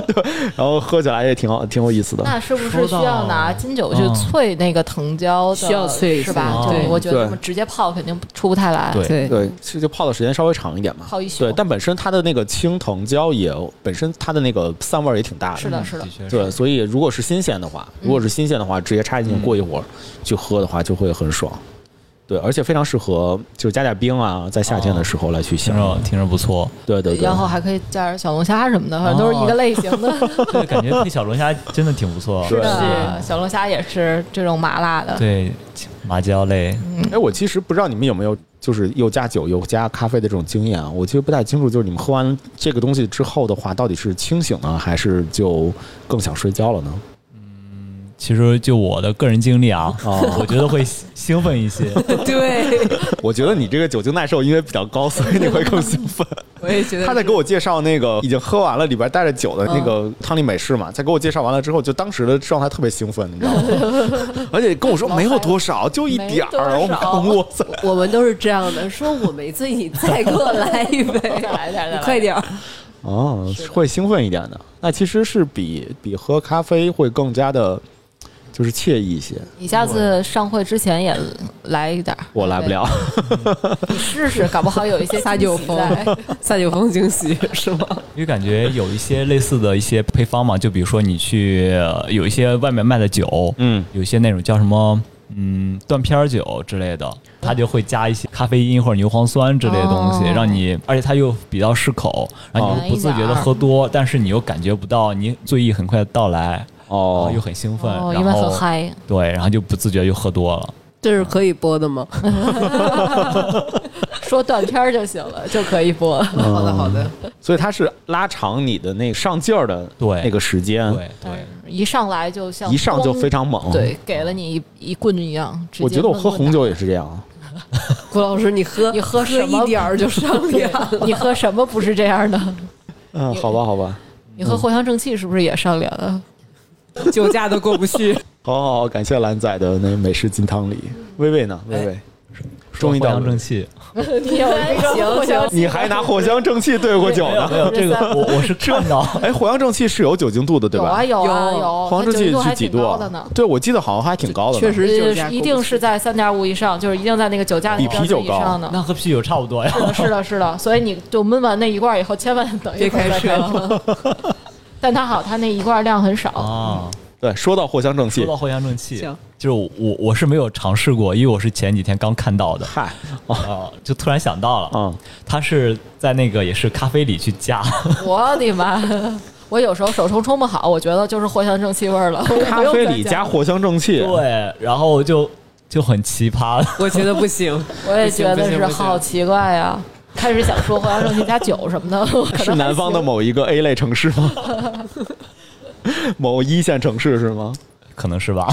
对，然后喝起来也挺好，挺有意思的。那是不是需要拿金酒嗯去萃那个藤椒的？需要萃一下是吧？对就我觉得我们对直接泡肯定出不太来。对对，对，其实就泡的时间稍微长一点嘛，泡一宿对，但本身它的那个青藤椒也本身它的那个散味儿也挺大的，是的，是的的。确是对，所以如果是新鲜的话，如果是新鲜的话，直接插进去过一会儿去喝的话，就会很爽。对，而且非常适合，就是加点冰啊，在夏天的时候来去听享着用。听着不 错，对对对，然后还可以加点小龙虾什么的，反正都是一个类型的。对，感觉配小龙虾真的挺不错，是的是啊小龙虾也是这种麻辣的。 对，麻椒类，哎，我其实不知道你们有没有就是又加酒又加咖啡的这种经验啊？我其实不太清楚，就是你们喝完这个东西之后的话，到底是清醒呢，还是就更想睡觉了呢？其实就我的个人经历啊，哦我觉得会兴兴奋一些。对， 我觉得你这个酒精耐受因为比较高，所以你会更兴奋。我也觉得他 在给我介绍那个已经喝完了里边带着酒的那嗯个汤力美式嘛，在给我介绍完了之后，就当时的状态特别兴奋，你知道 吗？而且跟我说没有多少，就一点儿。没我多少靠，我操！我们都是这样的，说我没醉，你再给我来一 杯，再来点儿再来点儿你快点儿。哦，会兴奋一点的。那其实是比比喝咖啡会更加的，就是惬意一些。你下次上会之前也来一点儿，我来不了，你试试，搞不好有一些撒酒惊喜在疯，撒酒疯惊喜是吗？因为感觉有一些类似的一些配方嘛，就比如说你去呃有一些外面卖的酒，嗯，有一些那种叫什么嗯断片儿酒之类的，它就会加一些咖啡因或者牛磺酸之类的东西，哦让你，而且它又比较适口，然后哦哎你又不自觉的喝多，但是你又感觉不到你醉意很快的到来，然后哦又很兴奋，哦，然因为很后嗨。对，然后就不自觉就喝多了。这是可以播的 吗？说断片儿就行了，就可以播。好的，好的，所以它是拉长你的那上劲儿的对那个时间，对对，一上来就像一上就非常常猛。，对，给了你一一棍子一样。直接我觉得我喝闷红棍酒也是这样啊。郭老师，你喝你喝什么一点儿就上脸了打， 你喝什么不是这样的？嗯，好吧，好吧。你喝藿香正气是不是也上脸了？ 酒驾都过不去。好好好，感谢兰仔的那美式金汤力。薇薇呢？薇薇，终于藿到香了正，气。你有一个行行你还拿藿香正气兑过酒 呢？没有这个，我我是看到，哎，藿香正气是有酒精度的，对有吧啊？有 啊有，黄它正酒精气度是还几挺度高啊的呢。对，我记得好像还挺高的呢。确实是酒驾过呃，不去，一定是在三点五以上，就是一定在那个酒驾比标啤准酒以高上 的。嗯那和啤酒差不多呀。是的，是的，是的，所以你就闷完那一罐以后，千万等一别会儿开再车开车。但它好，它那一罐量很哦少，啊，对，说到藿香正说 气，到藿香正气行，就是我我是没有尝试过，因为我是前几天刚看到的，嗨，哦啊，就突然想到了，嗯，它是在那个也是咖啡里去加，我的妈！我有时候手冲冲不好，我觉得就是藿香正气味 儿了。我咖不用啡再里加加，藿香正气， 对，然后就就很奇葩， 我觉得不行。我也不行觉不得行不是行好奇怪呀、 开始想说藿香正气加酒什么的，我可能是还南方的行某一个 A 类城市吗？某一线城市是吗？可能是吧？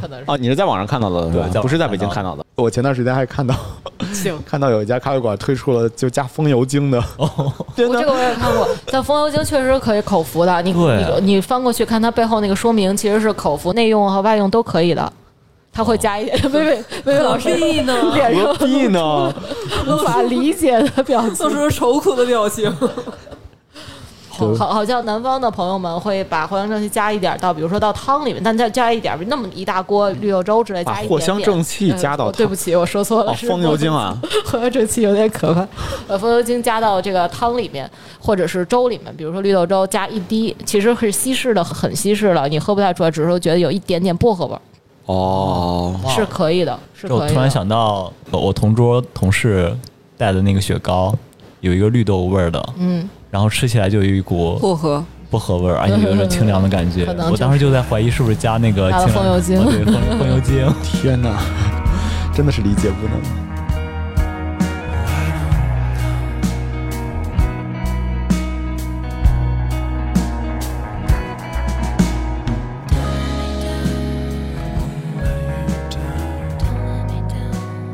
可能是啊，你是在网上看到的，是吧对在网不是在上北京看看到的。我前段时间还看到 行，看到有一家咖啡馆推出了就加风油精的，真 我这的个我也看过，但风油精确实可以口服的。你啊对你你翻过去看它背后那个说明，其实是口服、内用和外用都可以的。它会加一点， 薇薇薇薇老师 屁呢脸上何必呢？无法理解的表情做。出愁苦的表情。好，好像南方的朋友们会把藿香正气加一点到，比如说到汤里面，但再加一点，那么一大锅绿豆粥之类，嗯把加一点点。藿香正气嗯加到我对不起，我说错了，哦，是风油精 啊，藿香正气有点可怕，呃，风油精加到这个汤里面，或者是粥里面，比如说绿豆粥加一滴，其实是稀释的，很稀释了，你喝不太出来，只是觉得有一点点薄荷味儿，哦，哇是可以的，是这我可以突然的。想到，呃我同桌同事带的那个雪糕，有一个绿豆味儿的，嗯，然后吃起来就有一股薄荷，薄荷味儿，而且有一种清凉的感觉可能。我当时就在怀疑是不是加那个加了清凉风油精啊对，风风油精。 天哪，真的是理解不能。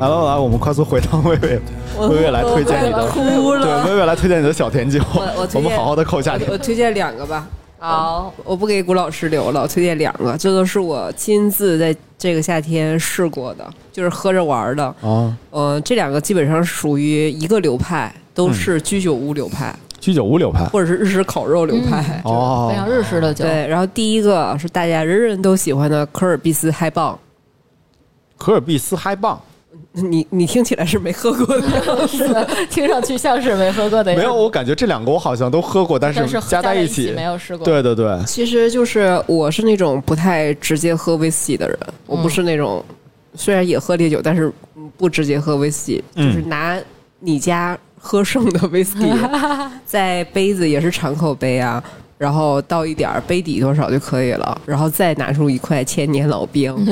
来来来，我们快速回到魏魏，魏魏来推荐你的，哭对，了。魏魏来推荐你的小甜酒，我我推荐们好好的扣下你我。我推荐两个吧，好，我不给古老师留了，我推荐两个。这个是我亲自在这个夏天试过的，就是喝着玩儿的。啊，嗯、这两个基本上属于一个流派，都嗯是居酒屋流派，居酒屋流派或者是日式烤肉流派。非哦常日式的酒，对，然后第一个是大家人人都喜欢的科尔必斯嗨棒，可尔必斯嗨棒，你你听起来是没喝过的，听上去像是没喝过的样没子，有，我感觉这两个我好像都喝过，但但是加在一一起没有试过。对对对，其实就是我是那种不太直接喝威士忌的人，我不是那种虽然也喝烈酒，但是不直接喝威士忌，嗯就是拿你家喝剩的威士忌，在杯子也是敞口杯啊，然后倒一点儿杯底多少就可以了，然后再拿出一块千年老冰，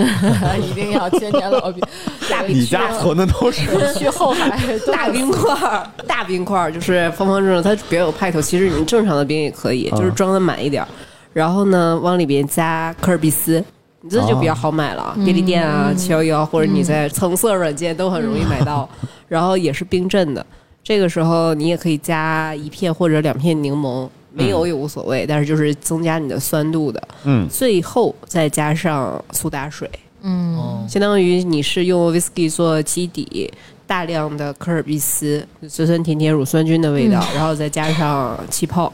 一定要千年老兵， 大你家 存的都是去后 海，大冰块儿，大冰块儿就是方方正正，它比较有派头。其实你正常的冰也可以，就是装的满一点儿，然后呢往里边加科尔必斯。你这就比较好买了，便利店啊、七幺幺或者你在橙色软件都很容易买到， 然后也是冰镇的。这个时候你也可以加一片或者两片柠檬，没有也无所谓，但是就是增加你的酸度的。嗯最后再加上苏打水，嗯，相当于你是用 whisky 做基底，大量的科尔必斯酸酸甜甜乳酸菌的味嗯道，然后再加上气泡、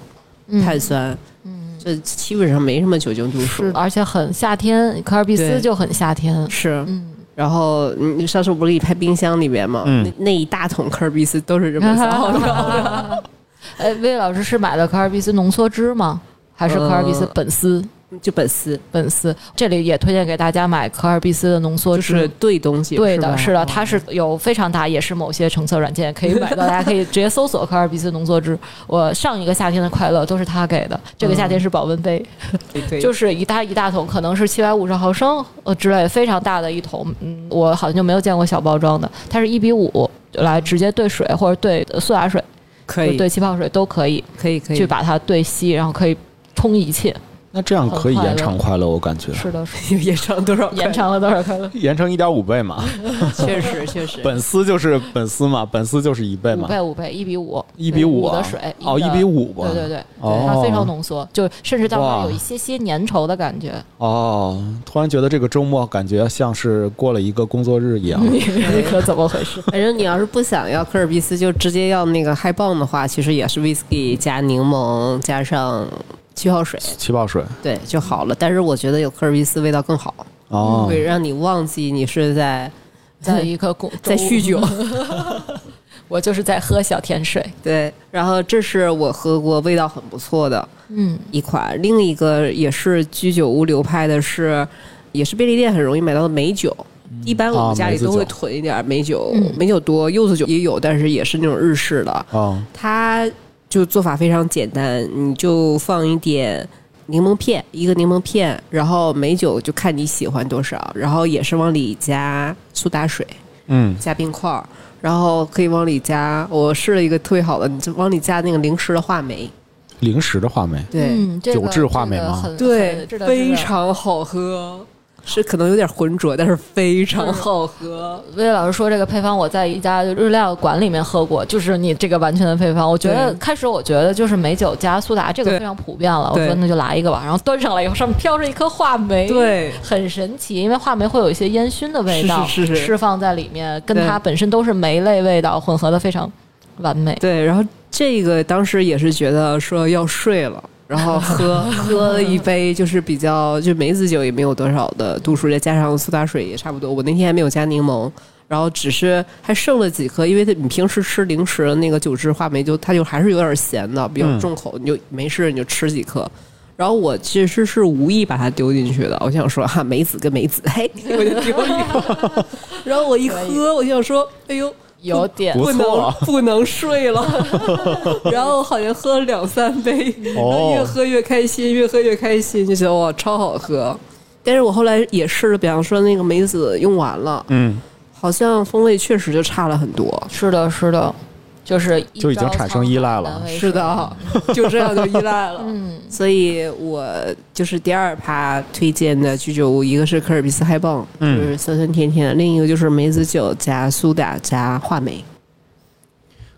碳酸，嗯，这基本上没什么酒精度数。而且很夏天，可尔必斯对就很夏天，嗯是，然后你上次我不是给你拍冰箱里面吗？嗯那那一大桶科尔必斯都是这 么造的，哎，魏老师是买的可尔必斯浓缩汁吗？还是可尔必斯本丝？就本丝，本丝这里也推荐给大家买可尔必斯的浓缩就汁。是对东西，对吧哦的，是的，哦它是有非常大，也是某些橙色软件可以买到，大家可以直接搜索可尔必斯浓缩汁。我上一个夏天的快乐都是他给的，这个夏天是保温杯，对就是是一大一大桶，可能是七百五十毫升呃之类，非常大的一桶。嗯，我好像就没有见过小包装的，它是一比五来直接兑水或者兑呃苏打水，可以，兑气泡水都可以可以可以去把它兑稀，然后可以冲一切。那这样可以很快乐延长快乐，我感觉是的，是的 延长多少？ 延，长了多少快乐？延长一点五倍嘛， 确实确实。 本丝就是本丝嘛，本丝就是一倍五嘛，倍五倍，一比五，一对比五啊的水，哦，一的比五吧，对对对，对哦它非常浓缩，就甚至到时哇候有一些些粘稠的感 觉。哦，突然觉得这个周末感觉像是过了一个工作日一样，嗯你可怎么回事？ 反正你要是不想要科尔必斯，就直接要那个 high bomb 的话，其实也是 whisky 加柠檬加上气泡水，气泡水对就好了。但是我觉得有科尔必斯味道更好，哦，嗯会让你忘记你是在 在一个公在酗，酒中。我就是在喝小甜水。对，然后这是我喝过味道很不错的嗯，一款，另一个也是居酒屋流派的是，也是便利店很容易买到的美酒。一般我啊们家里梅子都会酒囤一点美酒嗯，美酒多，柚子酒也有，但是也是那种日式的。哦，它就做法非常简单，你就放一点柠檬片，一个柠檬片，然后美酒就看你喜欢多少，然后也是往里加苏打水，嗯，加冰块儿，然后可以往里加。我试了一个特别好的，你就往里加那个零食的话梅，零食的话梅，对、嗯这酒个质化这美个吗很对很是，的非是的常好喝。是可能有点浑浊，但是非常好喝。魏老师说这个配方，我在一家日料馆里面喝过，就是你这个完全的配方。我觉得对开始我觉得就是美酒加苏打这个对非常普遍了，我说对那就来一个吧。然后端上来以后，上面飘着一颗话梅，，对，很神奇，因为话梅会有一些烟熏的味道，是是是是释放在里面，跟对它本身都是梅类味道混合的非常完美。对，然后这个当时也是觉得说要睡了，然后喝喝了一杯，就是比较就梅子酒也没有多少的度数，再加上苏打水也差不多。我那天还没有加柠檬，然后只是还剩了几颗，因为它你平时吃零食的那个酒汁话梅就它就还是有点咸的，比较嗯重口，你就没事你就吃几颗。然后我其实是无意把它丢进去的，我想说哈、啊梅子跟梅子，嘿，我就丢进去。 然后我一喝，我就想说，哎呦，有点不不错啊能不能睡了，然后好像喝了两三杯，然后越喝越开心，越喝越开心，就觉得哇超好喝。但是我后来也试了，比方说那个梅子用完了，嗯，好像风味确实就差了很多。是的，是的，就是一就已经朝产沧生依海赖难了为是水，的，就这样就依赖了。嗯，所以我就是第二趴推荐的居酒屋，一个是科尔必斯嗨泵，嗯就是酸酸甜甜的；另一个就是梅子酒加苏打加话梅。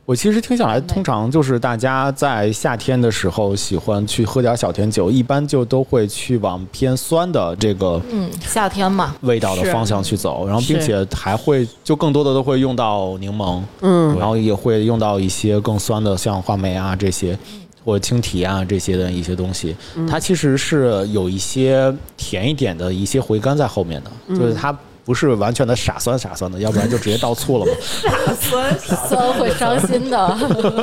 我其实听下来，通常就是大家在夏天的时候喜欢去喝点小甜酒，一般就都会去往偏酸的这个嗯，夏天嘛，味道的是方向去走，然后并是且还会就更多的都会用到柠檬，嗯，然后也会用到一些更酸的，像话梅啊这些，嗯或者青提啊这些的一些东西。它其实是有一些甜一点的一些回甘在后面的，嗯就是它不是完全的傻酸傻酸的，要不然就直接倒醋了嘛， 酸酸会伤心的。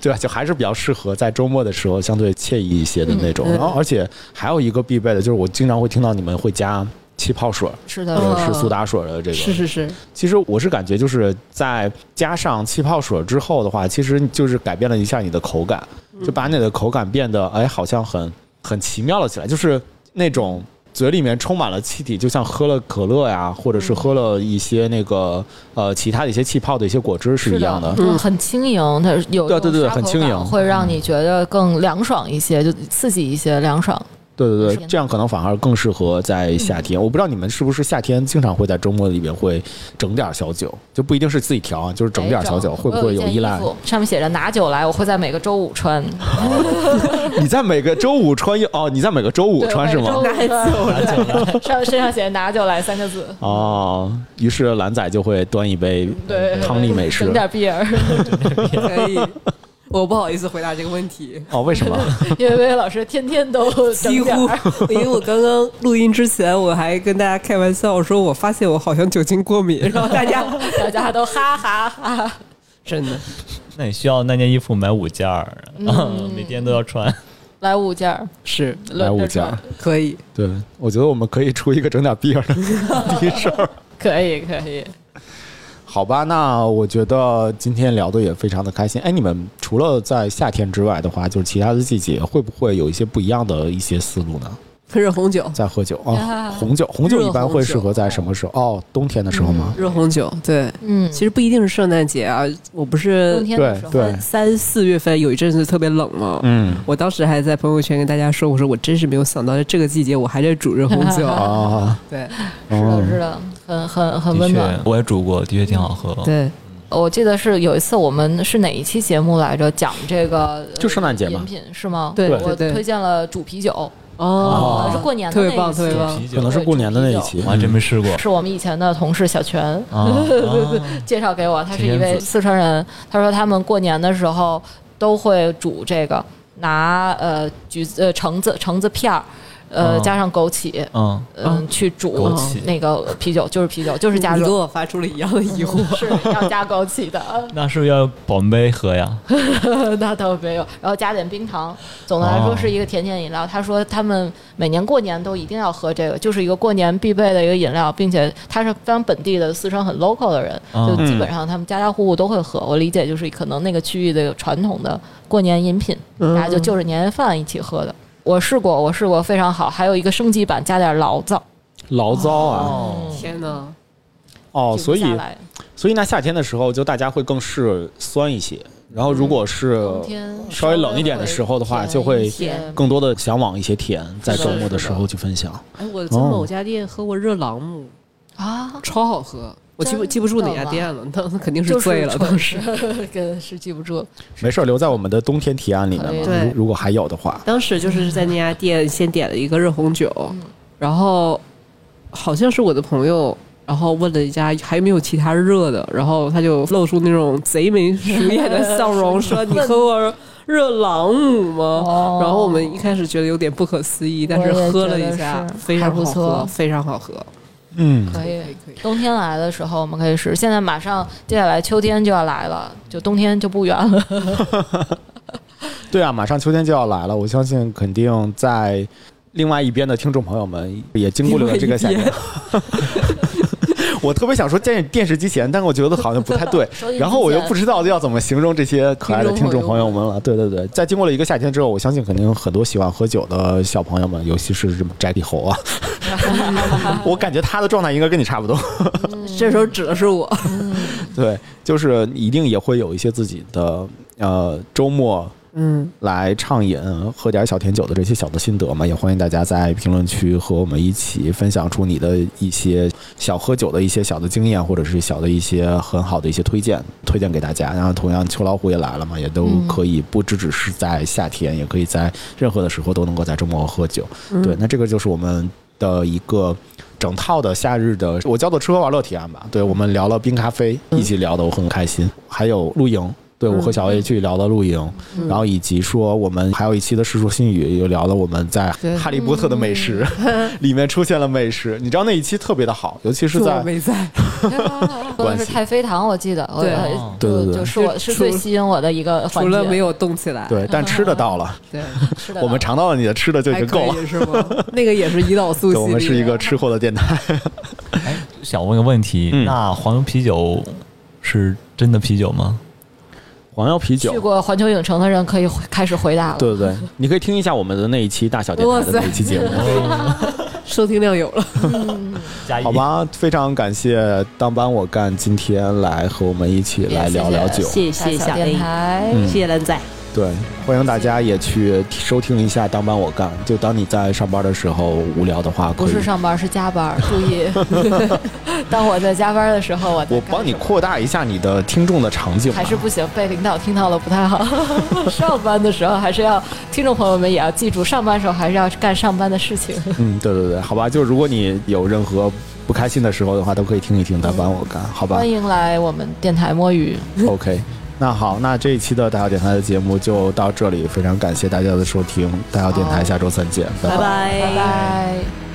对吧？就还是比较适合在周末的时候相对惬意一些的那种。然后而且还有一个必备的就是我经常会听到你们会加气泡水儿。是或者的，是苏打水儿的这嗯个，是是是，其实我是感觉就是在加上气泡水之后的话，其实就是改变了一下你的口感，就把你的口感变得哎好像很很奇妙了起来，就是那种嘴里面充满了气体，就像喝了可乐呀，或者是喝了一些那个呃其他的一些气泡的一些果汁是一样的。嗯，很轻盈，它有对一种对对沙很口轻感盈会让你觉得更凉爽一些，就刺激一些，凉爽。对对是对，的这样可能反而更适合在夏嗯天。我不知道你们是不是夏天经常会在周末里面会整点儿小酒，就不一定是自己调啊，就是整点儿小酒，哎会不会我有有一件依赖衣？服上面写着“拿酒来”，我会在每个周五 穿。你在每个周五穿哦，你在每个周五对穿是吗？我每个周五穿， 上身上写着“拿酒来”三个字。哦，于是兰仔就会端一杯对，汤力美式整。点 B 尔， 可以， 我不好意思回答这个问 题。哦，为什 么？因为魏老师天天都整几点乎儿， 因为我刚刚录音之前，我还跟大家开玩笑我说，我发现我好像酒精过敏， 然后大家大家都哈 哈哈。真的那你需要那件衣服买五件儿，嗯 每天都要穿。来五件儿，是来轮五着件儿穿。可以。对，我觉得我们可以出一个整点啤儿的 第一事儿。可以可以，好吧，那我觉得今天聊的也非常的开心。哎，你们除了在夏天之外的话，就是其他的季节，会不会有一些不一样的一些思路呢？热红酒，在喝酒啊 啊，红酒，红酒一般热红会酒适合在什么时候？哦，冬天的时候吗？热红酒，对，嗯，其实不一定是圣诞节啊，我不冬是天的对时候，对，三四月份有一阵子特别冷嘛，嗯我当时还在朋友圈跟大家说，我说我真是没有想到这个季节我还在煮热红酒，啊，对是哦的，是的，很很很的温暖确。，我也煮过，的确挺好喝。对，呃我记得是有一次我们是哪一期节目来着，讲这个就圣诞节哦嘛饮品是吗？对我对对推荐了煮啤酒，好像是哦，过年的特别那棒一特别期棒啤酒可能是过年的那一期嗯嗯我，还真没试过。是我们以前的同事小泉。啊，哦啊 介绍给我，他是一田园位子四川人。他说他们过年的时候都会煮这个，拿呃橘子、呃橙子、橙子片儿，呃、哦加上枸杞，嗯，嗯、去煮枸杞那个啤酒，就是啤酒，就是加你热跟，我发出了一样的疑惑， 是要加枸杞的。那是不是要保温杯喝呀？ 那倒没有，然后加点冰糖。总的来说哦是一个甜甜饮料。他说他们每年过年都一定要喝这个，就是一个过年必备的一个饮料，并且他是非常本地的四川很 local 的人，哦嗯就基本上他们家家户户都会喝。我理解就是可能那个区域的传统的过年饮品，嗯大家就就着年夜饭一起喝的。我试过，我试过非常好，还有一个升级版加点醪糟，醪糟啊，哦，天哪，哦，停不所以下来所以那夏天的时候，就大家会更是酸一些，然后如果是冬天呃稍微冷一点的时候的话，就会甜更多的向往一些甜，在周末的时候去分享。哎，我在哦某家店喝过热朗姆，啊，超好喝，我记不真记不住哪的家吗店了，那那 肯定是就是醉了，当时。是 跟是记不住，没事儿，留在我们的冬天提案里面可以嘛。对如如果还有的话， 当时就是在那家店先点了一个热红酒，然后好像是我的朋友，然后问了一家还有没有其他热的，然后他就露出那种贼眉 鼠眼的笑容，说：“你喝过热朗姆吗？”哦然后我们一开始觉得有点不可思议，但是喝了一下我也觉得，是非常好还不错喝，非常好喝。嗯，可以。可以，冬天来的时候，我们可以试。现在马上接下来秋天就要来了，就冬天就不远 了。 对啊，马上秋天就要来了，我相信肯定在另外一边的听众朋友们也经过了这个夏另外天。 我特别想说电电视机前，但我觉得好像不太对收音机，前然后我又不知道要怎么形容这些可爱的听众朋友们了。对对对，在经过了一个夏天之后，我相信肯定很多喜欢喝酒的小朋友们，尤其是什么宅地猴啊， 我感觉他的状态应该跟你差不多。这时候指的是我，对，就是一定也会有一些自己的呃周末嗯，来畅饮、喝点小甜酒的这些小的心得嘛，也欢迎大家在评论区和我们一起分享出你的一些小喝酒的一些小的经验，或者是小的一些很好的一些推荐，推荐给大家。然后同样，秋老虎也来了嘛，也都可以不只只是在夏天，也可以在任何的时候都能够在周末喝酒。嗯对，那这个就是我们的一个。整套的夏日的，我叫做吃喝玩乐提案吧。对，我们聊了冰咖啡，嗯一起聊的我很开心，还有露营。对，我和小 A 去聊了露营，嗯然后以及说我们还有一期的《世说新语》，又聊了我们在对嗯《哈利波特》的美食 里面出现了美食，你知道那一期特别的好，尤其是是我在没在，喝的是太妃糖，我记得，我对我对对对就就是我是最吸引我的一个环除节。了没有动起来，对，但吃的到了， 对，吃的我们尝到了你的吃的就嗯已还经可够了。以是吗？那个也是胰 岛素系对，列，我们是一啊个吃货的电台。哎，想问个问题，嗯那黄油啤酒是真的啤酒吗？ 黄油啤去，过环球影城的人可以回开始回答了。对对对， 你可以听一下我们的那一期大小电台的那一期节目。收听量有了。哎加一好，吧，非常感谢当班我干今天来和我们一起来聊聊酒，谢大小电台，嗯谢谢兰仔，对，欢迎大家也去收听一下当班我干。就当你在上班的时候无聊的话，可不以是上班是加班， 注 意。当我在加班的时候，我在我帮你扩大一下你的听众的场景吧，啊还是不行，被领导听到了不 太好。上班的时候还是要，听众朋友们也要记住，上班的时候还是要干上班的事情。嗯，对对对，好吧，就如果你有任何不开心的时候的话，都可以听一听当班我干，好吧嗯欢迎来我们电台摸鱼， ？OK。那好，那这一期的大小电台的节目就到这里，非常感谢大家的收听，大小电台好下周三见，拜拜拜拜拜。